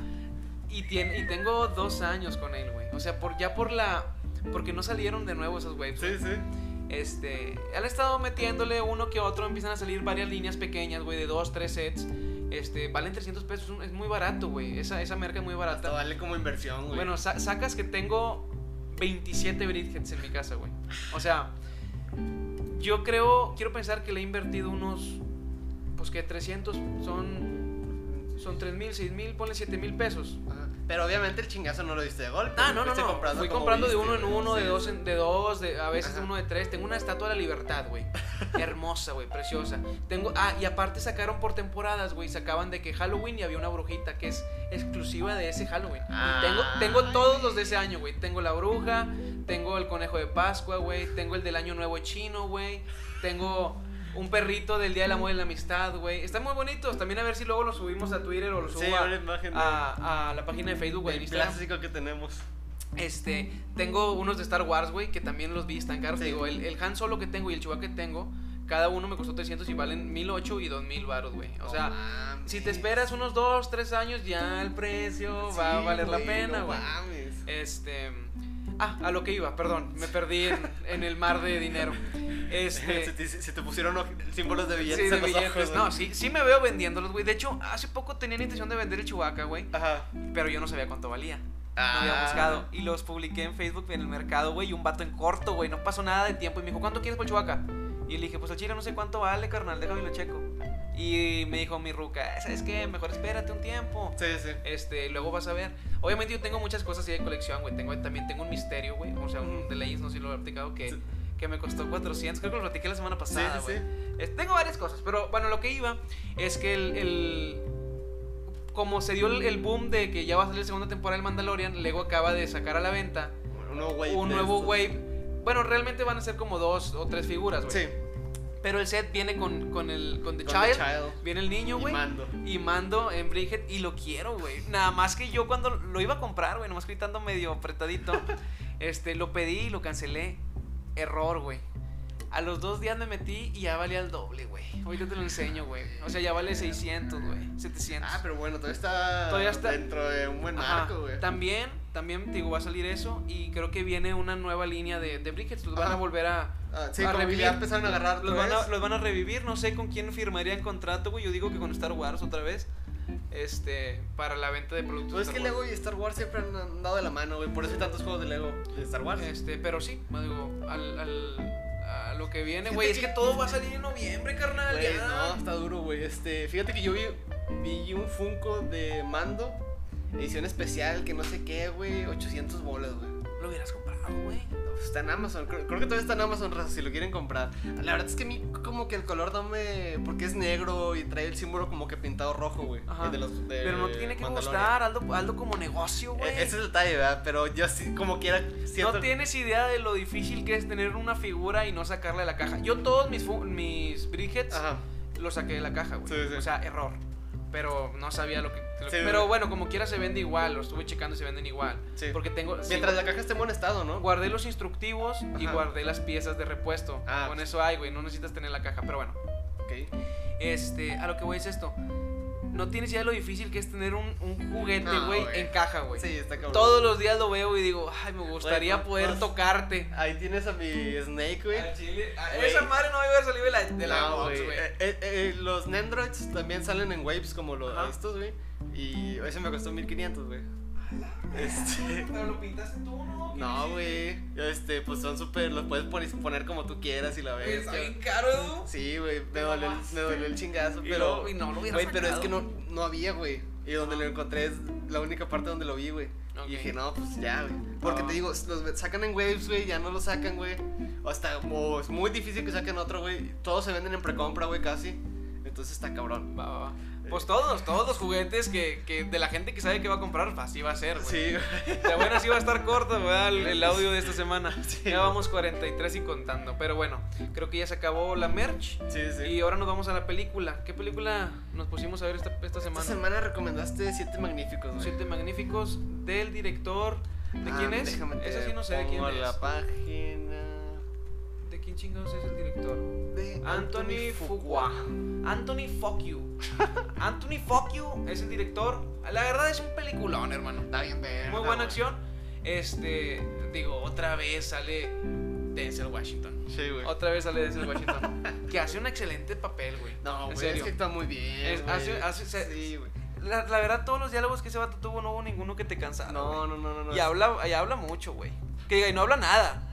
A: Y, tiene, y tengo dos años con él, güey. O sea, por, ya por la. Porque no salieron de nuevo esas waves. güey.
B: Sí, sí.
A: Este, han estado metiéndole uno que otro, empiezan a salir varias líneas pequeñas, güey, de dos, tres sets. Este, valen 300 pesos, es un- es muy barato, güey. Esa, esa merca es muy
B: Hasta
A: barata.
B: vale como inversión, güey.
A: Bueno, sa- sacas que tengo 27 Bridgets en mi casa, güey. O sea, yo creo, quiero pensar que le he invertido unos, pues que 300 son, son 3 mil, 6 mil, ponle 7 mil pesos.
B: Ajá. Pero obviamente el chingazo no lo diste de golpe.
A: Ah, no, no,
B: fuiste
A: no. Fui
B: como
A: comprando de
B: viste,
A: uno en
B: güey.
A: uno, de
B: Sí.
A: dos en de dos, de, a veces de
B: Ajá.
A: uno de tres. Tengo una estatua de la libertad,
B: [LAUGHS]
A: güey. Hermosa, güey, preciosa. Tengo, ah, y aparte sacaron por temporadas, güey. Sacaban de que Halloween y había una brujita que es exclusiva de ese Halloween. Y tengo,
B: Ah.
A: tengo todos los de ese año, güey. Tengo la bruja, tengo el conejo de Pascua, güey. Tengo el del año nuevo chino, güey. Tengo un perrito del Día del Amor y la Amistad, güey. Están muy bonitos. También a ver si luego los subimos a Twitter o los subo
B: Sí,
A: a,
B: una imagen.
A: a- a la página de Facebook, güey. de
B: el
A: Instagram.
B: plástico que tenemos.
A: Este, tengo unos de Star Wars, güey, que también los vi, están caros.
B: Sí.
A: Digo, el, el Han Solo que tengo y el Chewbacca que tengo, cada uno me costó 300 y valen 1008 y 2000 baros, güey. O sea, si te esperas unos 2, 3 años, ya el precio va a valer la pena, güey. Este. Ah, a lo que iba, perdón, me perdí en, en el mar de dinero.
B: se,
A: Este.
B: te, [LAUGHS] se te pusieron oj- símbolos de billetes
A: sí, de
B: en los
A: billetes.
B: ojos.
A: No,
B: güey.
A: sí, sí me veo vendiéndolos, güey. De hecho, hace poco tenía la intención de vender el Chewbacca, güey,
B: Ajá.
A: pero yo no sabía cuánto valía. No había
B: Ah.
A: buscado. Y los publiqué en Facebook en el mercado, güey. Y un vato en corto, güey. No pasó nada de tiempo. Y me dijo, ¿cuánto quieres por Chubaca? Y le dije, pues al chile no sé cuánto vale, carnal. Déjame lo checo. Y me dijo mi ruca, ¿sabes qué? Mejor espérate un tiempo.
B: Sí, sí.
A: Este, luego vas a ver. Obviamente yo tengo muchas cosas así de colección, güey. Tengo, también tengo un misterio, güey. O sea, un
B: Ujú.
A: de leyes, no sé si lo he platicado, que,
B: Sí.
A: que me costó 400. Creo que lo platiqué la semana
B: Sí,
A: pasada,
B: sí,
A: güey.
B: sí.
A: Es- Tengo varias cosas, pero bueno, lo que iba es que el. el- como se dio el, el boom de que ya va a salir la segunda temporada del Mandalorian, Lego acaba de sacar a la venta
B: Un nuevo wave.
A: un
B: de
A: nuevo
B: estos.
A: wave. Bueno, realmente van a ser como dos o tres figuras, güey.
B: Sí.
A: Pero el set viene con, con el con The,
B: con
A: Child,
B: The Child.
A: viene el niño,
B: Y
A: güey.
B: mando.
A: Y mando en Bridget y lo quiero, güey. Nada más que yo cuando lo iba a comprar, güey, nomás gritando medio apretadito,
B: [LAUGHS]
A: este, lo pedí y lo cancelé. Error, güey. A los dos días me metí y ya valía el doble, güey. Ahorita te lo enseño, güey. O sea, ya
B: [LAUGHS]
A: vale 600, güey. 700.
B: Ah, pero bueno, todavía está,
A: Todavía está-
B: dentro de un buen
A: Ajá.
B: marco, güey.
A: También, también, te digo, va a salir eso y creo que viene una nueva línea de, de Bridget. Los van a
B: Ajá.
A: volver a...
B: Ah, sí,
A: a
B: como que
A: revivir.
B: ya empezaron a agarrar
A: Los
B: otra
A: van a,
B: vez.
A: los van a revivir, no sé con quién firmarían contrato, güey. Yo digo que con Star Wars otra vez. Este, para la venta de productos.
B: Pues es
A: Star
B: que
A: Wars.
B: Lego y Star Wars siempre han andado de la mano, güey. Por eso hay tantos juegos de Lego Eh, de Star Wars.
A: Este, pero sí, más digo, al, al- a lo que viene,
B: Fíjate
A: güey. Es
B: que-
A: que todo va a salir en noviembre, carnal.
B: Güey,
A: ya.
B: no, está duro, güey. Este, fíjate que yo vi, vi un Funko de Mando, edición especial, que no sé qué, güey. 800 bolas, güey.
A: Lo hubieras comprado, güey.
B: Pues Está en Amazon, creo, creo que todavía está en Amazon, raza, si lo quieren comprar. La verdad es que a mí como que el color no me... Porque es negro y trae el símbolo como que pintado rojo, güey.
A: Ajá.
B: el de los- de
A: Pero no te tiene que
B: Mandalorian.
A: gustar, hazlo, hazlo como negocio, güey.
B: Eh, Ese es el detalle, ¿verdad? Pero yo sí, como quiera, siento...
A: No tienes idea de lo difícil que es tener una figura y no sacarla de la caja. Yo todos mis, fu- mis Bridgets
B: Ajá.
A: los saqué de la caja, güey.
B: Sí, sí.
A: O sea, error. Pero no sabía lo que... lo-
B: Sí,
A: pero
B: güey.
A: bueno, como quiera se vende igual, lo estuve checando y se venden igual.
B: Sí.
A: Porque tengo...
B: Mientras la caja esté en buen estado, ¿no?
A: Guardé los instructivos y
B: Ajá.
A: guardé las piezas de repuesto.
B: Ah,
A: Con
B: pues.
A: eso hay, güey, no necesitas tener la caja. Pero bueno,
B: Ok.
A: este, a lo que voy es esto. No tienes idea de lo difícil que es tener un, un juguete,
B: No,
A: güey,
B: güey.
A: en caja, güey.
B: Sí, está cabrón.
A: Todos los días lo veo y digo, ay, me gustaría
B: Güey,
A: poder
B: más-
A: tocarte.
B: Ahí tienes a mi Snake, güey.
A: Al chile, a-
B: Güey.
A: Esa madre no me iba a salir de la, de la
B: No,
A: box,
B: güey.
A: güey.
B: Eh, eh, eh, los Nendroids también salen en waves como los
A: Ajá.
B: estos, güey. Y ese me costó 1500, güey. [LAUGHS] Este.
A: Pero lo pintaste tú, ¿no? ¿Qué
B: No,
A: hiciste?
B: güey. Este, pues son súper. Los puedes poner, poner como tú quieras y la
A: Oye,
B: ves.
A: Está
B: ya.
A: bien caro, Edu.
B: Sí, güey. Me
A: Te
B: dolió, el-
A: mamaste.
B: me dolió el chingazo,
A: Y
B: pero.
A: no- y no lo hubiera
B: Güey, pero es
A: sacado.
B: que no, no había, güey. Y donde lo encontré es la única parte donde lo vi, güey.
A: Ok.
B: Y dije, no, pues ya, güey. Porque
A: Ah.
B: te digo, los sacan en waves, güey, ya no lo sacan, güey. O hasta o es muy difícil que saquen otro, güey. Todos se venden en precompra, güey, casi. Entonces está cabrón.
A: Va, va, va. Pues todos, todos los juguetes que, que de la gente que sabe que va a comprar, pues así va a ser, güey.
B: Sí,
A: La buena sí va a estar corta, ¿verdad? El, el audio de esta semana.
B: [LAUGHS] Sí.
A: Ya vamos 43 y contando. Pero bueno, creo que ya se acabó la merch.
B: [LAUGHS] sí, sí.
A: Y ahora nos vamos a la película. ¿Qué película nos pusimos a ver esta, esta
B: Esta
A: semana?
B: semana recomendaste Siete Magníficos, güey.
A: Siete Magníficos del director. ¿De quién
B: Ah,
A: es?
B: Déjame te
A: Ese sí no sé de quién
B: pongo
A: es.
B: la página.
A: ¿De quién chingados es el director?
B: De
A: Anthony Fuqua. Anthony Fuck [LAUGHS] You. Anthony Fuck You es el director. La verdad es un peliculón, hermano.
B: Está bien, verga,
A: Muy buena
B: güey.
A: acción. Este, digo, otra vez sale Denzel Washington.
B: Sí, güey.
A: Otra vez sale Denzel Washington. [LAUGHS] que hace un excelente papel, güey.
B: No,
A: en
B: güey, es
A: serio.
B: que actúa muy bien.
A: Es-
B: güey.
A: hace- hace- se-
B: sí, güey.
A: La, la verdad, todos los diálogos que ese vato tuvo no hubo ninguno que te cansara.
B: No,
A: güey.
B: no, no, no. no,
A: y,
B: es-
A: habla, y habla mucho, güey. Que diga, y no habla nada.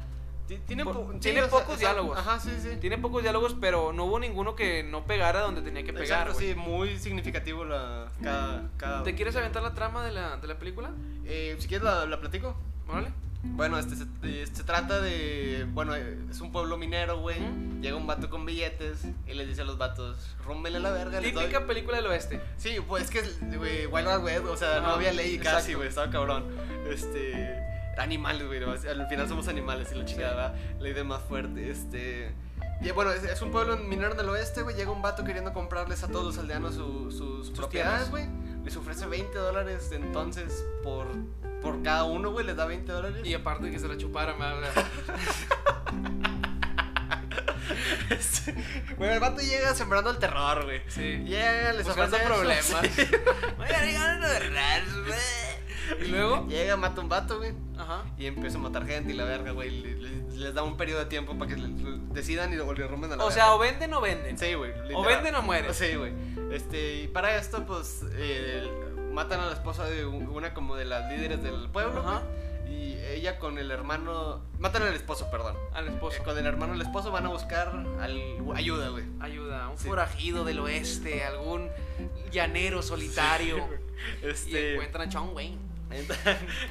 B: Ti- Tiene,
A: po-
B: po- sí,
A: tiene
B: o sea,
A: pocos
B: está-
A: diálogos.
B: Ajá, sí, sí.
A: Tiene pocos diálogos, pero no hubo ninguno que no pegara donde tenía que pegar,
B: Exacto,
A: güey. Mm.
B: sí, muy significativo la, cada. cada
A: ¿Te quieres aventar la trama de la, de la película?
B: Eh, si quieres, la, la platico.
A: Órale.
B: Bueno, este se, eh, se trata de. Bueno, eh, es un pueblo minero, güey.
A: Ujú.
B: Llega un vato con billetes y les dice a los vatos: rómbele la verga. les doy-
A: Típica película del oeste.
B: Sí, pues es que, güey, Wild Wild West, o sea, no
A: Ajá,
B: había ley
A: exacto.
B: casi, güey, estaba cabrón. Este. Animales, güey, nomás, al final somos animales y la chingada, ¿verdad? ley del más fuerte, este. Y bueno, es, es un pueblo minero del oeste, güey. Llega un vato queriendo comprarles a todos los aldeanos su- sus, propiedades,
A: tierras.
B: güey. Les ofrece 20 dólares entonces por, por cada uno, güey. Les da 20 dólares. [LAUGHS]
A: Y aparte que se la chuparan, ¿verdad? O sea,
B: Este, Güey, el vato llega sembrando el terror, güey. [LAUGHS]
A: sí.
B: Llega, les
A: Buscando
B: ofrece
A: problemas. [LAUGHS]
B: problemas. [LAUGHS]
A: Oiga, díganos la verdad, güey. Y luego.
B: Llega, mata un vato, güey.
A: Ajá.
B: Y empieza a matar gente y la verga, güey. Le- le- Les, da un periodo de tiempo para que le- le- decidan y lo le rompen a la
A: O
B: verga.
A: sea, o venden o venden.
B: Sí, güey. literal.
A: o venden o mueren.
B: Sí, güey. Este, y para esto, pues, eh, matan a la esposa de un- una como de las líderes del pueblo,
A: Ajá.
B: güey, Y ella con el hermano... Matan al esposo, perdón.
A: Al esposo.
B: Eh, con el hermano del esposo van a buscar al- ayuda, güey.
A: Ayuda, un
B: Sí.
A: forajido del oeste, algún llanero solitario. Y
B: Este...
A: encuentran a John Wayne.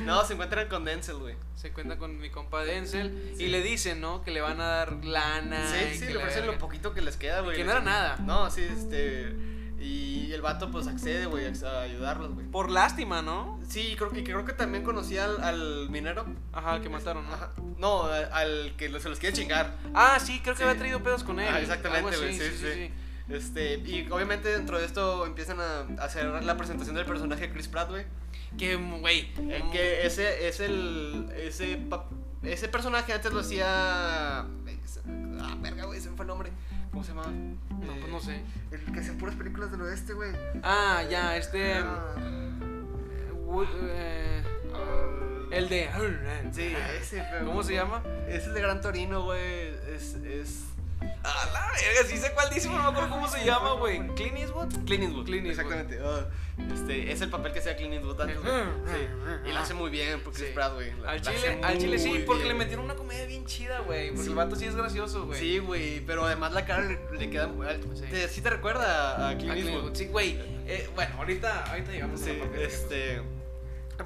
B: no, se encuentran con Denzel, güey.
A: Se cuenta con mi compa Denzel
B: Sí.
A: y le dicen, ¿no? Que le van a dar lana. y
B: Sí, sí,
A: que
B: le
A: la
B: ofrecen lo
A: verga.
B: poquito que les queda, güey.
A: Que no era nada.
B: No, sí, este... Y el vato, pues, accede, güey, a ayudarlos, güey.
A: Por lástima, ¿no?
B: Sí, creo que, creo que también conocía al, al minero.
A: Ajá, que mataron, ¿no?
B: Ajá. No, al- al que lo- se los quiere chingar.
A: Ah, sí, creo que
B: Sí.
A: había traído pedos con él.
B: Ah, exactamente,
A: algo así,
B: güey, sí, sí. Este, y obviamente dentro de esto empiezan a hacer la presentación del personaje de Chris Pratt, güey.
A: sí. Que, güey.
B: Eh,
A: mm,
B: Que ese es el. Ese, pa- ese personaje antes lo hacía. Ah, verga, güey, se me fue el nombre. ¿Cómo se llama?
A: No, pues no sé.
B: El que hace puras películas del oeste, güey.
A: Ah, ya, este.
B: Ah,
A: eh, Wood- eh, el de.
B: Ah, Sí, ese, pero-
A: ¿Cómo se llama?
B: Es el de Gran Torino, güey. Es. es...
A: Ah, la verga, sí sé cuál dice, pero no me acuerdo cómo se llama, güey. ¿Clint Eastwood?
B: Clint Eastwood.
A: Clint Eastwood.
B: Exactamente. ah, este, es el papel que hacía Clint Eastwood antes, güey. Sí. Y lo hace muy bien, porque Chris
A: Sí.
B: Pratt, güey. la-
A: Al
B: la hace
A: chile, al chile sí,
B: muy
A: porque
B: bien,
A: le
B: güey.
A: metieron una comedia bien chida, güey. Porque
B: Sí.
A: el vato sí es gracioso, güey.
B: Sí, güey, pero además la cara le, le queda.
A: Sí.
B: Sí. Te, sí te recuerda a, a
A: A
B: Clint
A: Clint
B: Eastwood.
A: Eastwood, Sí, güey. Eh, bueno, ahorita, ahorita llegamos a
B: Sí,
A: la parte de-
B: este.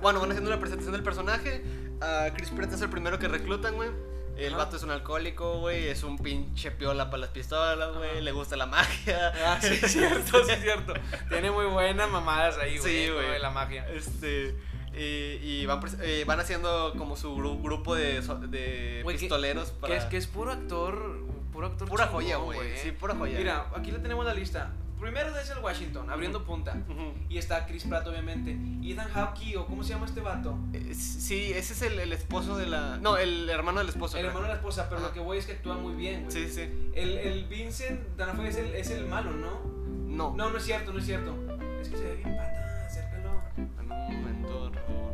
B: Bueno, van haciendo la presentación del personaje. A Chris Pratt es el primero que reclutan, güey. El
A: Ajá.
B: vato es un alcohólico, güey. Es un pinche piola para las pistolas,
A: Ajá.
B: güey. Le gusta la magia.
A: Ah,
B: [LAUGHS]
A: sí, [LAUGHS] es cierto, sí, es cierto. Tiene muy buenas mamadas ahí, güey.
B: Sí,
A: con lo
B: güey.
A: de la magia.
B: Este. Y, y van, pres- eh, van haciendo como su gru- grupo de, so- de
A: Güey, que-
B: pistoleros para.
A: Que es, que es puro actor, puro actor.
B: Pura
A: chingón,
B: joya, güey.
A: eh.
B: Sí, pura joya.
A: Mira, aquí le tenemos la lista. Primero es el Washington, abriendo punta.
B: Ujú.
A: Y está Chris Pratt, obviamente. Ethan Hawke, o ¿cómo se llama este vato?
B: Eh, Sí, ese es el, el esposo de la. No, el hermano del esposo.
A: El
B: creo.
A: hermano de la esposa, pero lo
B: Ajá.
A: que voy es que actúa muy bien, güey.
B: Sí, sí.
A: El, el Vincent D'Onofrio es el, es el malo, ¿no?
B: No.
A: No, no es cierto, no es cierto. Es que se ve bien pata, acércalo.
B: En un momento, por favor.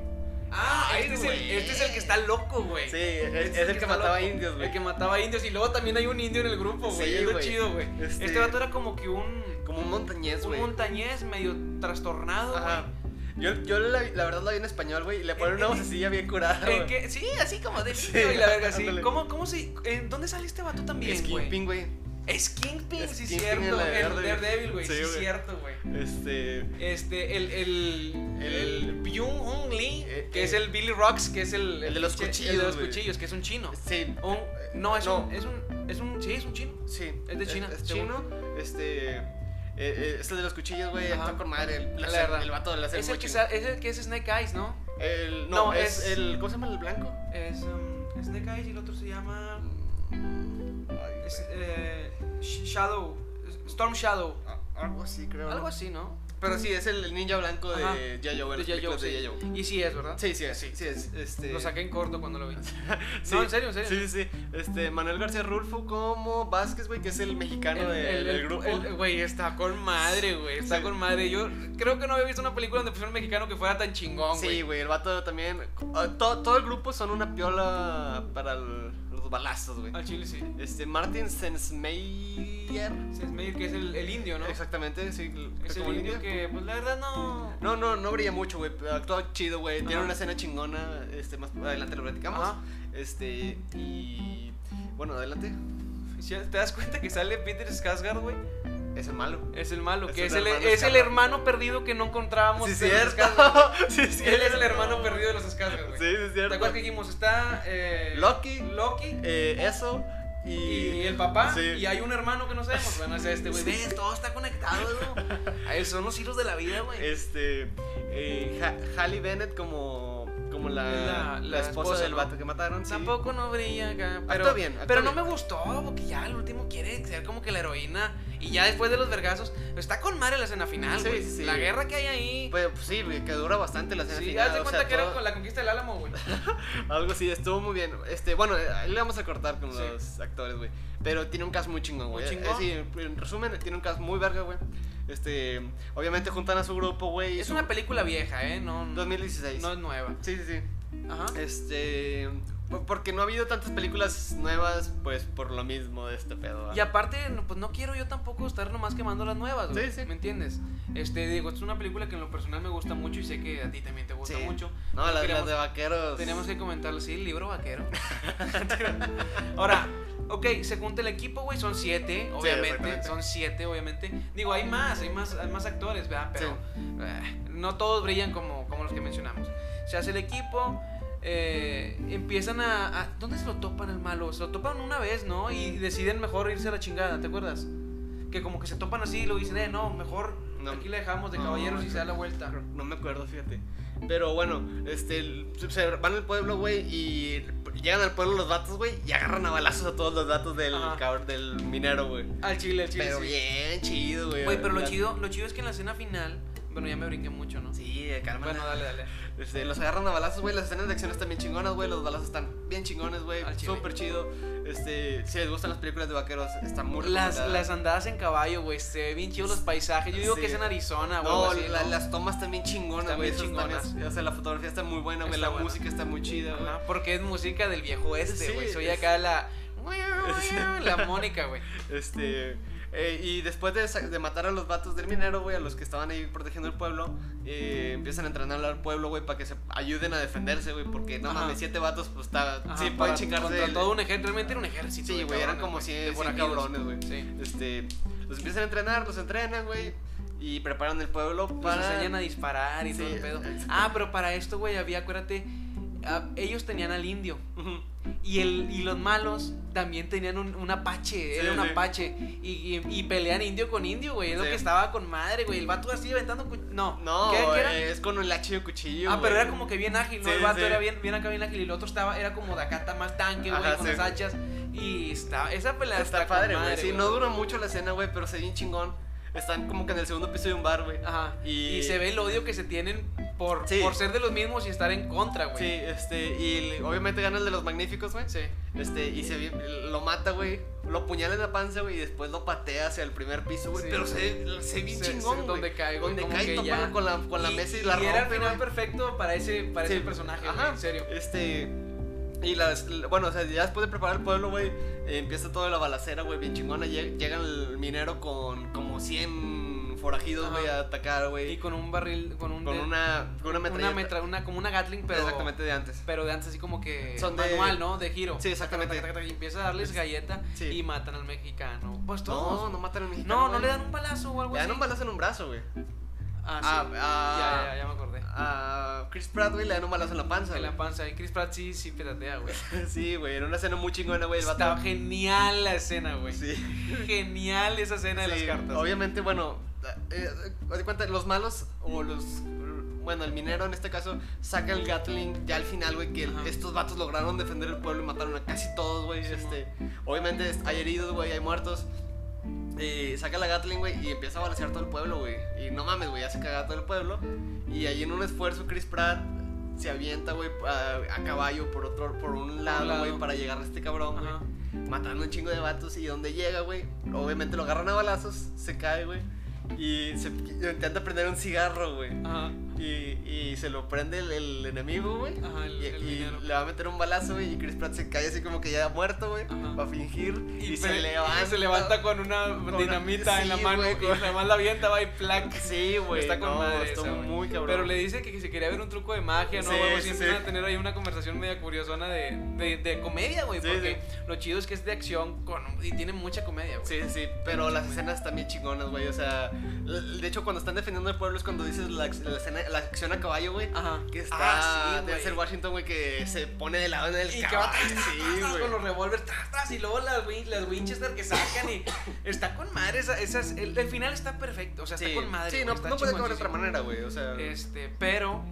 A: Ah,
B: Ay,
A: este es, el,
B: güey.
A: este es el que está loco, güey.
B: Sí, es, es el, que,
A: está
B: mataba
A: loco.
B: indios, güey.
A: El que mataba indios. Y luego también hay un indio en el grupo, güey.
B: Sí,
A: es lo
B: güey.
A: chido, güey.
B: Este-
A: Este vato era como que un,
B: Como un montañés,
A: un
B: güey.
A: montañés medio trastornado,
B: Ajá.
A: güey.
B: Yo, yo la, la verdad la vi en español, güey, y le ponen una
A: ¿En- en-
B: vocecilla bien curada,
A: En
B: güey.
A: que- sí, así como de
B: Sí,
A: indio y la
B: [LAUGHS]
A: verga, sí.
B: ándale.
A: ¿Cómo, cómo se, en ¿Dónde sale este vato también,
B: Es
A: güey?
B: Kingpin, güey.
A: Es Kingpin,
B: Es
A: sí,
B: Kingpin
A: cierto.
B: en la de
A: El
B: Daredevil.
A: Daredevil, güey.
B: Sí,
A: Sí,
B: güey.
A: cierto, güey.
B: Este...
A: Este, el. El.
B: El-
A: El. Byung Hong Lee,
B: Eh,
A: que
B: eh.
A: es el Billy Rocks, que es el.
B: El de los
A: pinche-
B: cuchillos,
A: El de los
B: güey.
A: cuchillos, que es un chino.
B: Sí.
A: Un- no, es
B: No.
A: un. Es un. Es un. Sí, es un chino.
B: Sí.
A: Es de China,
B: Es,
A: según.
B: chino. Este... eh, eh, es el de los cuchillos, güey,
A: Ajá.
B: actúa con madre. El,
A: La
B: la
A: verdad.
B: el vato de la
A: Es el, que, sa- es el que es Snake Eyes, ¿no?
B: el, no,
A: no,
B: es,
A: es-
B: el... ¿Cómo se llama el blanco?
A: Es. um, Snake Eyes y el otro se llama.
B: Ay,
A: es,
B: güey.
A: eh, Sh- Shadow. Storm Shadow.
B: Ah, Algo así, creo.
A: Algo
B: ¿no?
A: así, ¿no?
B: Pero sí, es el el ninja blanco
A: Ajá.
B: de Yayo,
A: De
B: güey.
A: G.I. Joe,
B: De
A: sí.
B: Yayo.
A: Y sí es, ¿verdad?
B: Sí, sí, es, sí, es. Este...
A: Lo saqué en corto cuando
B: [LAUGHS]
A: lo vi.
B: Sí.
A: No, en serio, en serio.
B: Sí, sí, sí. Este, Manuel García Rulfo como Vázquez, güey, que es el mexicano
A: El-
B: de-
A: el-
B: del
A: el-
B: grupo.
A: el- Güey, está con madre, güey. Está
B: Sí.
A: con madre. Yo creo que no había visto una película donde pusieron mexicano que fuera tan chingón,
B: sí,
A: güey.
B: güey, el vato también. ah, todo, todo el grupo son una piola para el- los balazos, güey.
A: Al chile sí.
B: Este, Martin Sensmeyer.
A: Es medio que es el, el indio, ¿no?
B: Exactamente, sí.
A: Es
B: como
A: el
B: el
A: indio
B: indio.
A: que, pues la verdad no.
B: No, no, no brilla mucho, güey. pero Actúa chido, güey. Tiene
A: Ajá.
B: una escena chingona. Este, más adelante lo platicamos.
A: Ajá.
B: Este, y. Bueno, adelante.
A: Si ¿Te das cuenta que sale Peter Skarsgård, güey?
B: Es el malo.
A: Es el malo,
B: Es
A: que
B: el
A: es el,
B: hermano
A: es el
B: Skarsgård.
A: hermano perdido que no encontrábamos.
B: Sí,
A: de los
B: cierto. [LAUGHS]
A: Skarsgård, güey.
B: Sí,
A: Él
B: cierto.
A: es el hermano perdido de los Skarsgård, güey.
B: Sí, sí, es
A: ¿Te
B: cierto.
A: acuerdas que dijimos? Está eh,
B: Loki,
A: Loki
B: eh, eso y,
A: y, el papá
B: Sí.
A: y hay un hermano que no sabemos. Bueno, es este, güey.
B: Sí.
A: Ves, Todo está conectado,
B: [LAUGHS]
A: güey. Ahí son los hilos de la vida, güey.
B: este eh, Ha- Halle Bennett como como Como la, la,
A: La- la
B: esposa,
A: esposa,
B: del
A: ¿no?
B: vato que mataron, sí.
A: Tampoco no brilla acá. Pero,
B: Actúa bien, actúa
A: pero no
B: bien.
A: me gustó, porque ya al último quiere ser como que la heroína. Y ya después de los vergazos, está con madre la escena final.
B: Sí,
A: güey.
B: sí, sí.
A: La guerra que hay ahí.
B: Pues, pues, sí, güey, que dura bastante la escena
A: sí,
B: final,
A: haz de
B: o
A: cuenta
B: sea,
A: que era
B: todo-
A: con la conquista del Álamo, güey.
B: Algo así, estuvo muy bien. Este, bueno, eh, ahí le vamos a cortar con
A: Sí.
B: los actores, güey. Pero tiene un cast muy chingón,
A: Muy
B: güey. Eh,
A: chingón.
B: sí, en resumen, tiene un cast muy verga, güey. Este, obviamente juntan a su grupo, güey. y
A: Es
B: su-
A: una película vieja, ¿eh? No, no
B: 2016.
A: no es nueva.
B: Sí, sí, sí.
A: Ajá.
B: Este, po- porque no ha habido tantas películas nuevas, pues por lo mismo de este pedo. ¿va?
A: Y aparte, no, pues no quiero yo tampoco estar nomás quemando las nuevas, güey.
B: Sí, sí.
A: ¿Me entiendes? Este, digo, es una película que en lo personal me gusta mucho y sé que a ti también te gusta
B: Sí.
A: mucho.
B: No, las, las
A: queríamos-
B: de vaqueros.
A: Tenemos que comentarlo, sí, el libro
B: [LAUGHS]
A: vaquero. Ahora, ok, se junta el equipo, güey, son siete, obviamente.
B: exactamente.
A: son siete, obviamente. Digo, hay más, hay más, hay más actores, ¿verdad? Pero eh, no todos brillan como, como los que mencionamos. Se hace el equipo, eh, empiezan a, a- ¿Dónde se lo topan el malo? Se lo topan una vez, ¿no? Y deciden mejor irse a la chingada, ¿te acuerdas? Que como que se topan así y lo dicen, eh, no, mejor
B: No.
A: aquí la dejamos de
B: No,
A: caballeros y
B: no,
A: se da la vuelta.
B: No me acuerdo, fíjate. Pero bueno, este, el- se van al pueblo, güey, y llegan al pueblo los vatos, güey, y agarran a balazos a todos los vatos del,
A: Ajá.
B: cabrón, del minero, güey.
A: Al chile, al chile.
B: Pero
A: sí.
B: bien chido, güey.
A: Güey, pero lo
B: Las-
A: chido, lo chido es que en la escena final. Bueno, ya me brinqué mucho, ¿no?
B: Sí, calma.
A: Bueno, dale, dale.
B: Este, los agarran a balazos, güey. Las escenas de acción están bien chingonas, güey. Los balazos están bien chingones, güey.
A: Al chile.
B: Súper chido. Este, si les gustan las películas de vaqueros, están muy
A: Las,
B: recomendadas.
A: las andadas en caballo, güey, se ven bien chidos los paisajes. Yo digo
B: Sí.
A: que es en Arizona, ah, güey.
B: No,
A: algo así,
B: la- las tomas están bien chingonas,
A: Están
B: güey.
A: bien
B: esas están-
A: chingonas.
B: O sea, la fotografía está muy buena, güey.
A: Está
B: La
A: buena.
B: música está muy chida, güey.
A: Ajá, Porque es música del viejo
B: Sí,
A: este, güey. Soy
B: es-
A: acá la. La Mónica, güey.
B: Este. eh, y después de, sa- de matar a los vatos del minero, güey, a los que estaban ahí protegiendo el pueblo, eh, empiezan a entrenar al pueblo, güey, para que se ayuden a defenderse, güey, porque no
A: Ajá.
B: mames, siete vatos, pues está.
A: Ajá,
B: sí, pueden
A: para-
B: chingarse.
A: Contra
B: el-
A: todo un ejército, realmente era un ejército.
B: Sí,
A: de
B: güey, eran
A: cabrones,
B: como
A: güey,
B: 100,
A: de
B: 100
A: forajidos.
B: cabrones, güey.
A: Sí.
B: Este. Los empiezan a entrenar, los entrenan, güey, y preparan el pueblo
A: Para...
B: para.
A: Los enseñan a disparar y todo
B: Sí,
A: el pedo.
B: exacto.
A: Ah, pero para esto, güey, había, acuérdate. ah, ellos tenían al indio.
B: Ujú.
A: Y, el, y los malos también tenían un, un apache, era un
B: sí.
A: apache. Y, y- y pelean indio con indio, güey. Es
B: Sí.
A: lo que estaba con madre, güey. El vato así aventando. cuch- No,
B: No,
A: ¿qué- qué era?
B: eh, es con el hacha y el cuchillo.
A: Ah, pero
B: güey.
A: era como que bien ágil, ¿no?
B: Sí,
A: el vato
B: sí.
A: era bien, bien acá, bien ágil. Y el otro estaba, era como de acá, está más tanque, güey,
B: Ajá,
A: con
B: sí.
A: las hachas. Y está, esa pelea
B: Está,
A: está, con
B: padre, güey.
A: madre,
B: Sí, no dura mucho la escena, güey, pero se ve bien chingón. Están como que en el segundo piso de un bar, güey.
A: Ajá.
B: Y-
A: Y... se ve el odio que se tienen por,
B: Sí.
A: por ser de los mismos y estar en contra, güey.
B: Sí, este, y le- obviamente gana el de los magníficos, güey.
A: Sí.
B: Este, y se vi- lo mata, güey. Lo puñala en la panza, güey, y después lo patea hacia el primer piso, güey.
A: Sí.
B: Pero se, se ve bien
A: Se-
B: chingón,
A: se-
B: güey.
A: donde cae, güey,
B: Donde
A: como
B: cae
A: que
B: y topa
A: ya.
B: con la, con la mesa y, la rompe,
A: era el final
B: güey.
A: perfecto para ese, para
B: Sí.
A: ese personaje,
B: Ajá.
A: güey, en serio.
B: Este, y las, bueno, o sea, ya después de preparar el pueblo, güey, eh, empieza toda la balacera, güey, bien chingona. Lle- Llega el minero con como 100 forajidos,
A: Ajá.
B: güey, a atacar,
A: Y
B: güey.
A: con un barril, con un...
B: Con
A: de-
B: una, con una metralleta.
A: una, metra, una como una Gatling, pero
B: Exactamente de antes.
A: pero de antes así como que
B: Son de-
A: manual, ¿no? De giro.
B: Sí, exactamente.
A: Taca, taca, taca, taca, Y empieza a darles galleta
B: Sí.
A: y matan al mexicano. Pues
B: No,
A: todos.
B: no matan al mexicano.
A: no, no
B: güey.
A: le dan un palazo o algo
B: Le dan
A: así.
B: un balazo en un brazo, güey.
A: Ah,
B: Ah,
A: sí.
B: ah,
A: ya, ya, ya me acordé.
B: a Chris Pratt, güey, le dan un balazo en la panza.
A: en la
B: güey.
A: panza. Y Chris Pratt sí, sí petatea,
B: [LAUGHS]
A: güey.
B: Sí, güey, era una escena muy chingona, güey. El Pues, vato-
A: Estaba genial la escena, güey.
B: Sí.
A: Genial esa escena de las
B: Sí,
A: cartas.
B: Obviamente, bueno, eh, eh, haz de cuenta, los malos o los. Bueno, el minero en este caso saca el Gatling ya al final, güey, que el-
A: Ajá.
B: estos vatos lograron defender el pueblo y mataron a casi todos, güey.
A: Sí,
B: este, obviamente es- hay heridos, güey, hay muertos. Eh, saca la Gatling, güey, y empieza a balancear todo el pueblo, güey. Y no mames, güey, ya se caga todo el pueblo. Y ahí en un esfuerzo, Chris Pratt se avienta, güey, a, a caballo por otro, por un lado,
A: lado.
B: güey, para llegar a este cabrón, güey
A: Ajá.
B: matando un chingo de vatos y donde llega, güey, obviamente lo agarran a balazos, se cae, güey, y se y intenta prender un cigarro, güey.
A: Ajá.
B: Y, y se lo prende el, el enemigo, güey.
A: Ajá, Ah, el-
B: y,
A: el
B: y
A: minero.
B: le va a meter un balazo, güey. Y Chris Pratt se cae así como que ya muerto, güey.
A: Ajá.
B: Va a fingir. Y, se
A: pe-
B: levanta.
A: y se levanta con una
B: una-
A: dinamita en la
B: sí,
A: mano.
B: güey,
A: y
B: con-
A: además la avienta, va y plac.
B: [LAUGHS] Sí, güey.
A: Está con
B: no,
A: madre
B: Está
A: esa, güey.
B: muy cabrón.
A: Pero le dice que, que si quería ver un truco de magia, ¿no?
B: Sí,
A: Bueno,
B: sí,
A: siempre
B: sí.
A: van a tener ahí una conversación media curiosona de, de, de comedia, güey.
B: Sí,
A: porque lo chido es que es de acción con, y tiene mucha comedia, güey.
B: Sí, sí, sí, pero las escenas están bien chingonas, güey. O sea, l- de hecho, cuando están defendiendo el pueblo es cuando dices la, ac- la escena- la acción a caballo, güey.
A: Ajá.
B: Que está
A: Ah, sí, güey.
B: Denzel Washington, güey, que se pone de lado en el
A: Y que va
B: caballo.
A: tras, tras,
B: Sí,
A: tras, con
B: güey.
A: los revólveres, tras, tras, y luego las, Win- las Winchester que sacan y está con madre. Esa, esas- el, el final está perfecto, o sea,
B: Sí,
A: está con madre.
B: sí, no,
A: güey, está
B: no puede acabar de otra
A: chingoncísimo.
B: manera, güey. O sea,
A: Este, pero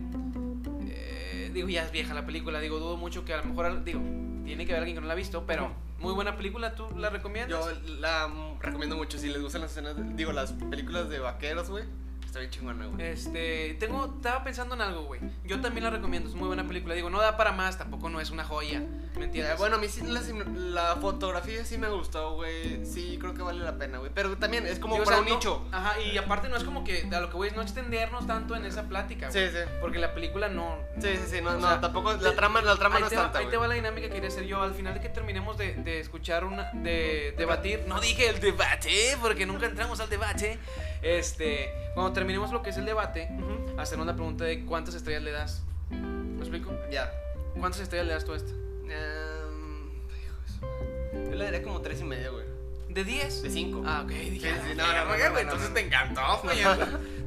A: Este, eh, digo, ya es vieja la película, digo, dudo mucho que a lo mejor, al- digo, tiene que haber alguien que no la ha visto, pero muy buena película, ¿tú la recomiendas?
B: Yo la mm, recomiendo mucho. Si les gustan las escenas, de- digo, las películas de vaqueros, güey, está bien chingona, güey.
A: Este, tengo, estaba pensando en algo, güey. Yo también la recomiendo, es muy buena película. Digo, no da para más, tampoco no es una joya. ¿Me
B: Eh,
A: entiendes?
B: bueno, a mí sí la, sim- la fotografía sí me gustó, güey. Sí, creo que vale la pena, güey. Pero también es como
A: Digo, o
B: para
A: sea,
B: un
A: no-
B: nicho.
A: Ajá, y aparte no es como que a lo que voy es no extendernos tanto en esa plática,
B: Sí,
A: Ah, güey.
B: sí.
A: Porque la película no.
B: Sí, sí, sí. No,
A: O
B: no,
A: sea, eh,
B: tampoco. La trama, la trama
A: Ahí
B: no es
A: te, va-
B: tanta,
A: ahí te
B: güey.
A: va la dinámica que quería hacer yo. Al final de que terminemos de, de escuchar una. de debatir. No dije el debate, porque nunca entramos al debate. Este. Cuando terminemos lo que es el debate,
B: Ujú.
A: hacernos la pregunta de cuántas estrellas le das. ¿Me explico?
B: Ya.
A: ¿Cuántas estrellas le das tú a esta?
B: Em, hijo de su madre. Yo le daría como tres y media, güey.
A: ¿De 10?
B: De cinco.
A: Ah, ok,
B: Sí,
A: dije.
B: sí, no, no, no, no, no,
C: entonces
B: no.
C: te
B: [LAUGHS]
C: encantó, güey.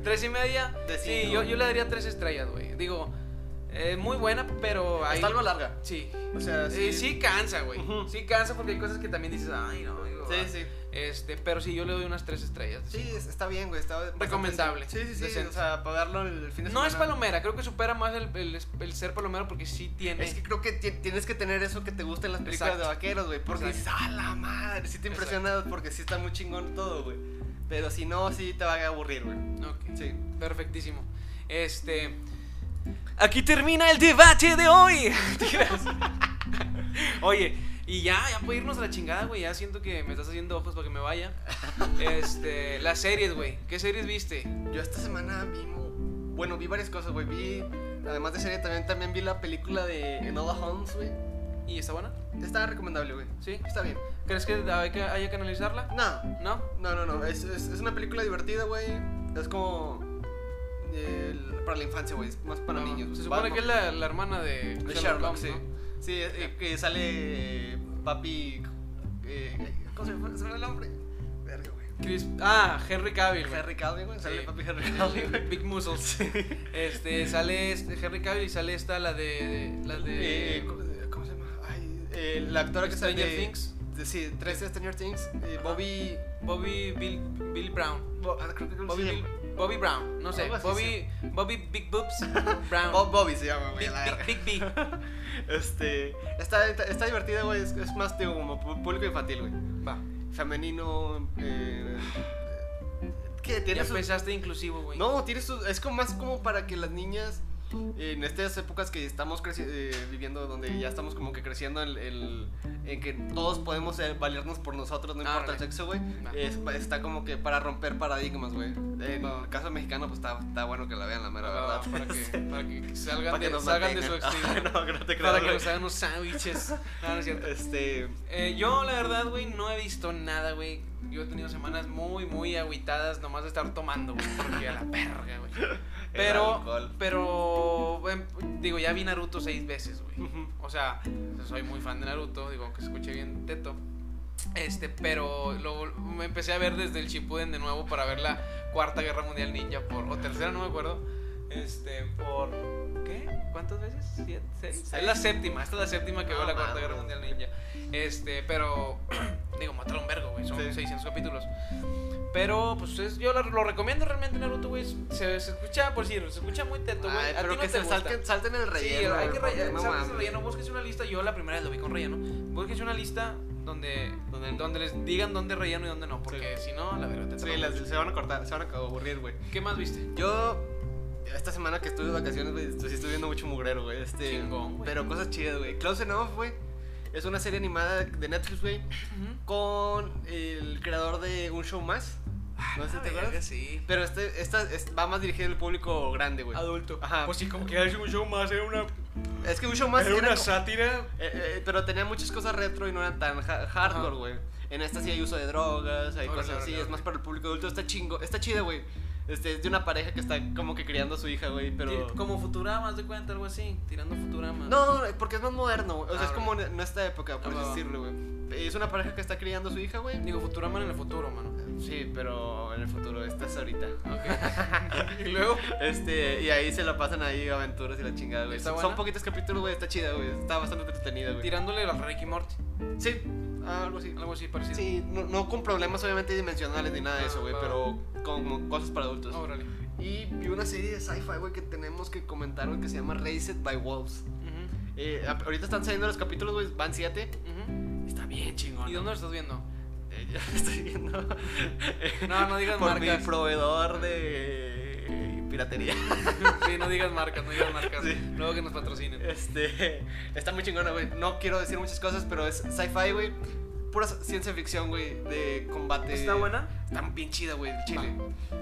A: Tres y media.
B: De
A: sí,
B: cinco.
A: yo, yo le daría tres estrellas, güey. Digo, eh, muy buena, pero hay.
B: Está algo larga.
A: Sí.
B: O sea,
A: Eh, sí cansa, güey.
B: Ujú.
A: Sí cansa porque hay cosas que también dices, ay, no. digo,
B: Sí,
A: ah.
B: sí.
A: Este, pero sí, yo le doy unas tres estrellas.
B: Sí, es- está bien, güey. Está bastante-
A: Recomendable,
B: Sí, sí, sí.
A: decente.
B: O sea, pagarlo el fin de semana.
A: No es palomera, creo que supera más el, el- el ser palomero porque sí tiene.
B: Es que creo que ti- tienes que tener eso que te gusta en las películas
A: Exacto.
B: de vaqueros, güey. Porque dices,
A: Exacto.
B: ¡ah, la madre! Sí te
A: Exacto.
B: impresiona porque sí está muy chingón todo, güey. Pero si no, sí te va a aburrir, güey.
A: Ok.
B: Sí.
A: Perfectísimo. Este. Aquí termina el debate de hoy. [LAUGHS] Mentiras. Oye, y ya, ya puedo irnos a la chingada, güey. Ya siento que me estás haciendo ojos para que me vaya. Este, las series, güey. ¿Qué series viste?
B: Yo esta semana vi. mu- Bueno, vi varias cosas, güey. Vi. Además de serie, también, también vi la película de Enola Holmes, güey.
A: ¿Y está buena?
B: Está recomendable, güey.
A: ¿Sí?
B: Está bien.
A: ¿Crees que hay que, haya que analizarla?
B: No,
A: ¿No?
B: no, no, no. Es, es- es una película divertida, güey. Es como. el- para la infancia, güey. Es más para
A: No.
B: niños.
A: Se
B: güey.
A: supone
B: Va-
A: que es la, la hermana de
B: De
A: Sherlock
B: Sherlock,
A: Holmes,
B: sí.
A: ¿no?
B: Sí, eh, que sale eh, papi. eh, ¿Cómo se fue? se me fue el nombre? Verga, güey.
A: Chris- ah, Henry Cavill. güey.
B: Henry Cavill, güey. Sale
A: Sí.
B: papi Henry Cavill, güey.
A: Big Muscles. Este, sale este Henry Cavill y sale esta, la de. de- la de.
B: Eh, ¿cómo, cómo se llama? Ay, eh, la actora que sale.
A: Stranger
B: de-
A: Things.
B: de- sí, 13 de Stranger Things. eh,
A: Ajá.
B: Bobby.
A: Bobby Bill, Bill Brown.
B: Bo- ah, creo que
A: Bobby,
B: se
A: Bill-
B: llama.
A: Bobby Brown, no sé.
B: Algo así,
A: Bobby, Bobby Big
B: [LAUGHS]
A: Boobs Brown.
B: Bo- Bobby se llama, güey.
A: Big,
B: a la verga.
A: Big,
B: [LAUGHS]
A: Big B.
B: Este. Está, está, está divertida, güey. Es, es más, tío, como pu- público infantil, güey.
A: Va.
B: Femenino. Eh, que
A: Ya
B: tiene sus-
A: empezaste inclusivo, güey.
B: No, tiene su- es como más como para que las niñas eh, en estas épocas que estamos creci- eh, viviendo, donde ya estamos como que creciendo el, el- en que todos podemos eh, valernos por nosotros, no
A: Arre.
B: importa el sexo, güey.
A: Va.
B: es- está como que para romper paradigmas, güey. En el caso mexicano, pues está, está bueno que la vean, la mera
A: Va,
B: verdad. [LAUGHS]
A: va, Ah, Para que, para que salgan,
B: Para que
A: de,
B: nos
A: salgan de su
B: [LAUGHS] mantengan.
A: exilio.
B: no, que no te creas,
A: para que
B: güey.
A: nos hagan unos sándwiches. No, no es cierto.
B: Este.
A: Eh, yo, la verdad, güey, no he visto nada, güey. Yo he tenido semanas muy, muy agüitadas nomás de estar tomando, güey. Porque a la verga, güey. Pero,
B: alcohol.
A: pero, em, digo, ya vi Naruto seis veces, güey.
B: Ujú.
A: O sea, soy muy fan de Naruto, digo, que escuché bien Teto. Este, pero lo, me empecé a ver desde el Shippuden de nuevo para ver la Cuarta Guerra Mundial Ninja por o tercera, no me acuerdo. Este, por ¿qué? ¿Cuántas veces? ¿Siete? ¿Seis?
B: Seis.
A: Es la séptima, esta es la séptima que
B: No
A: veo la Cuarta
B: mames.
A: Guerra Mundial Ninja. Este, pero [CLEARS THROAT] digo, mataron un vergo, güey, son
B: Sí.
A: 600 capítulos. Pero, pues es- yo lo, lo recomiendo realmente Naruto, güey. Se, se escucha, por si se escucha muy teto, güey. A
B: Ay,
A: ti
B: pero
A: no
B: que
A: te
B: se
A: gusta.
B: salten, salten el relleno.
A: Sí, hay
B: güey,
A: que
B: porque
A: rellenar,
B: no
A: ¿sabes?
B: mames.
A: relleno, búsquese una lista, yo la primera vez lo vi con relleno, búsquese una lista donde, donde, donde les digan dónde relleno y dónde no, porque si no, la verdad te
B: Sí,
A: atrapa
B: las-
A: mucho.
B: se van a cortar, se van a aburrir, güey.
A: ¿Qué más viste?
B: Yo, esta semana que estuve de vacaciones, güey, estu- sí estuve viendo mucho mugrero, güey. Este,
A: Chingón, güey.
B: Pero cosas chidas, güey. Close Enough, güey. Es una serie animada de Netflix, güey. Con el creador de Un Show Más. No
A: Ah,
B: sé si te acuerdas.
A: sí.
B: Pero este, esta es- va más dirigida al público grande, güey.
A: Adulto.
B: Ajá.
A: Pues [LAUGHS] sí, como que era un show más, era una,
B: Es que Un Show Más
A: era
B: era
A: una
B: co-
A: sátira.
B: eh, eh, pero tenía muchas cosas retro y no eran tan ha-
A: Ajá.
B: hardcore, güey. En esta sí hay uso de drogas, hay
A: Órale,
B: cosas así,
A: órale,
B: es más
A: órale.
B: para el público adulto, está chingo, está chida, güey. Este, es de una pareja que está como que criando a su hija, güey, pero...
A: Ti- Como Futurama, haz de cuenta, algo así, tirando Futurama.
B: No, porque es más moderno, güey. O sea,
A: Ah,
B: es como en nuestra época, por
A: Ah, va, va.
B: así decirlo, güey. Es una pareja que está criando a su hija, güey.
A: Digo, Futurama en el futuro, mano.
B: Sí, pero en el futuro, esta es [LAUGHS] ahorita.
A: Ok. [LAUGHS] y luego,
B: Este, y ahí se la pasan ahí aventuras y la chingada, güey.
A: ¿Está
B: Son,
A: buena?
B: poquitos capítulos, güey, está chida, güey. Está bastante entretenida, güey.
A: tirándole a Ricky Morty,
B: Sí, ah, algo así.
A: algo así parecido.
B: Sí, no, no con problemas obviamente dimensionales ni nada de
A: Ah,
B: eso, güey,
A: va.
B: pero con como cosas para adultos.
A: Ah, Órale.
B: Y vi una serie de sci-fi, güey, que tenemos que comentar, güey, que se llama Raised by Wolves.
A: Ujú,
B: Eh, a- ahorita están saliendo los capítulos, güey, van siete.
A: ujú.
B: Está bien chingón.
A: ¿Y dónde lo estás viendo?
B: [LAUGHS]
A: [LAUGHS]
B: Eh, ya estoy viendo.
A: No, no digas
B: Por
A: marcas.
B: mi proveedor de piratería. [LAUGHS]
A: Sí, no digas marcas, no digas marcas.
B: Sí.
A: Luego que nos patrocinen.
B: Este, está muy chingona, güey. No quiero decir muchas cosas, pero es sci-fi, güey. Pura ciencia ficción, güey, de combate.
A: ¿Está buena?
B: Está bien chida, güey, el chile.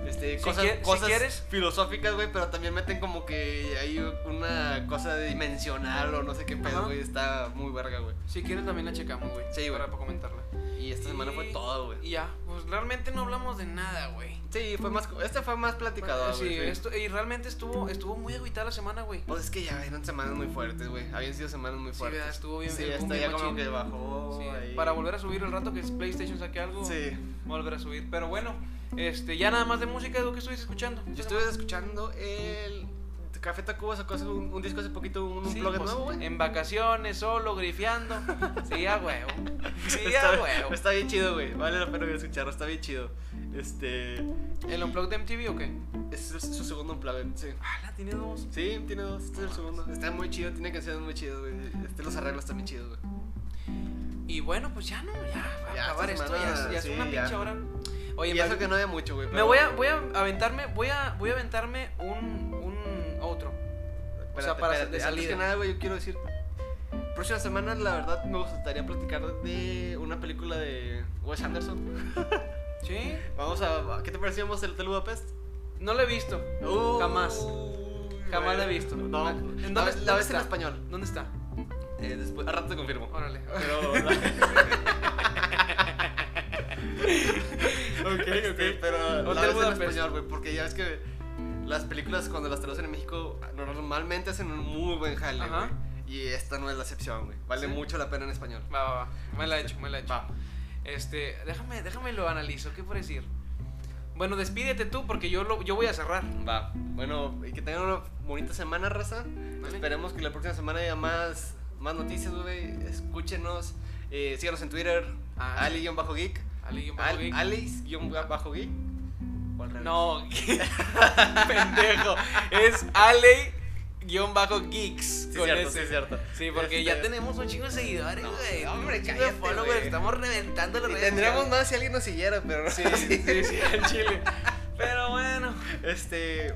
B: Este,
A: Si
B: cosas,
A: quie- si
B: cosas
A: quieres-
B: filosóficas, güey, pero también meten como que hay una cosa de dimensional o no sé qué
A: Ajá.
B: pedo, güey. Está muy verga, güey.
A: Si quieres también la checamos, güey.
B: Sí, güey.
A: Para, para comentarla.
B: Y esta semana fue
A: Y-
B: todo, güey.
A: Y ya, pues realmente no hablamos de nada, güey.
B: Sí, fue más, este fue más platicador,
A: sí,
B: güey. sí.
A: esto- y realmente estuvo, estuvo muy agitada la semana, güey.
B: Pues es que ya eran semanas muy fuertes, güey. Habían sido semanas muy
A: Sí,
B: fuertes.
A: ¿verdad? Estuvo bien-
B: Sí,
A: bien-
B: esta
A: bien
B: ya como
A: machín.
B: que bajó.
A: Sí,
B: ahí.
A: para volver a subir el rato que es PlayStation saque algo,
B: Oh, Sí.
A: voy a volver a subir. Pero bueno, este, ya nada más de música, Edu, ¿qué estuviste escuchando?
B: Yo estuve escuchando el. Café Tacuba sacó hace un, un disco hace poquito, un, un
A: Sí,
B: blog
A: pues,
B: nuevo, güey.
A: En vacaciones, solo, grifeando. Sí, a huevo. Sí,
B: [LAUGHS]
A: a
B: Está,
A: huevo.
B: está bien chido, güey. Vale la pena ir a escucharlo, está bien chido. Este.
A: ¿El Unplugged de MTV o qué?
B: Es su, su segundo unplugged, sí.
A: Ah, la tiene dos.
B: Sí, tiene dos, este es el segundo. Está muy chido, tiene canciones muy chidas, güey. Este, los arreglos también chidos, güey.
A: Y bueno, pues ya no, ya, para
B: Ya,
A: acabar
B: esta
A: esto,
B: semana,
A: ya, ya
B: sí,
A: es una
B: ya.
A: pinche hora. Oye,
B: y
A: me,
B: eso que no había mucho, güey.
A: me
B: pero-
A: voy a voy a aventarme, voy a voy a aventarme un un otro.
B: Espérate,
A: o sea, para
B: espérate,
A: de
B: Antes
A: salida.
B: que nada, güey, yo quiero decir. Próxima semana, la verdad, me gustaría platicar de una película de Wes Anderson.
A: ¿Sí?
B: Vamos a. ¿Qué te parecíamos el Hotel Budapest?
A: No lo he visto. Jamás. Jamás la he visto.
B: No.
A: ¿En dónde-
B: la,
A: dónde
B: la ves en
A: está?
B: español.
A: ¿Dónde está?
B: Eh, después, al rato te confirmo.
A: Órale. [LAUGHS]
B: [LAUGHS] Pero. ok, ok.
A: Este,
B: Pero
A: Hotel
B: la ves en
A: Budapest.
B: español, güey. Porque ya ves que las películas cuando las traducen en México normalmente hacen un muy buen jale,
A: Ajá.
B: güey. Y esta no es la excepción, güey. Vale
A: Sí.
B: mucho la pena en español.
A: Va, va, va. Me la he hecho, me la he hecho. Este, déjame, déjame lo analizo, ¿qué por decir? Bueno, despídete tú porque yo lo yo voy a cerrar.
B: Va. Bueno, y que tengan una bonita semana, raza.
A: Dale.
B: Esperemos que la próxima semana haya más, más noticias, güey. Escúchenos. Eh, síganos en Twitter.
A: Ah.
B: Ali-geek.
A: Ali, un
B: Al-
A: poco geek.
B: Alice-geek. ¿O al revés?
A: No, [LAUGHS] pendejo. Es Ale-Geeks.
B: Sí,
A: con
B: cierto,
A: ese.
B: sí, cierto.
A: Sí, porque
B: [LAUGHS]
A: ya
B: Este,
A: tenemos un chingo de seguidores,
B: No,
A: güey.
B: hombre,
A: un chingo de
B: cállate,
A: followers,
B: güey.
A: Estamos reventando las
B: y
A: redes
B: tendríamos
A: sociales.
B: más si alguien nos siguiera, pero no.
A: Sí, sí, sí, al chile. Pero bueno.
B: Este.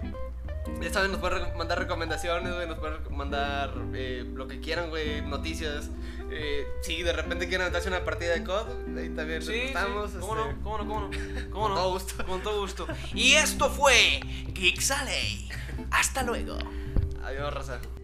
B: Ya saben, nos pueden re- mandar recomendaciones, güey, nos pueden re- mandar eh, lo que quieran, güey, noticias. Eh, si de repente quieren aventarse una partida de COD, ahí también
A: Sí, sí.
B: estamos.
A: ¿Cómo
B: este,
A: no? ¿Cómo no? ¿Cómo no? ¿Cómo
B: Con
A: no?
B: todo gusto.
A: Con todo gusto. Y esto fue Geeks Ale. Hasta luego.
B: Adiós, raza.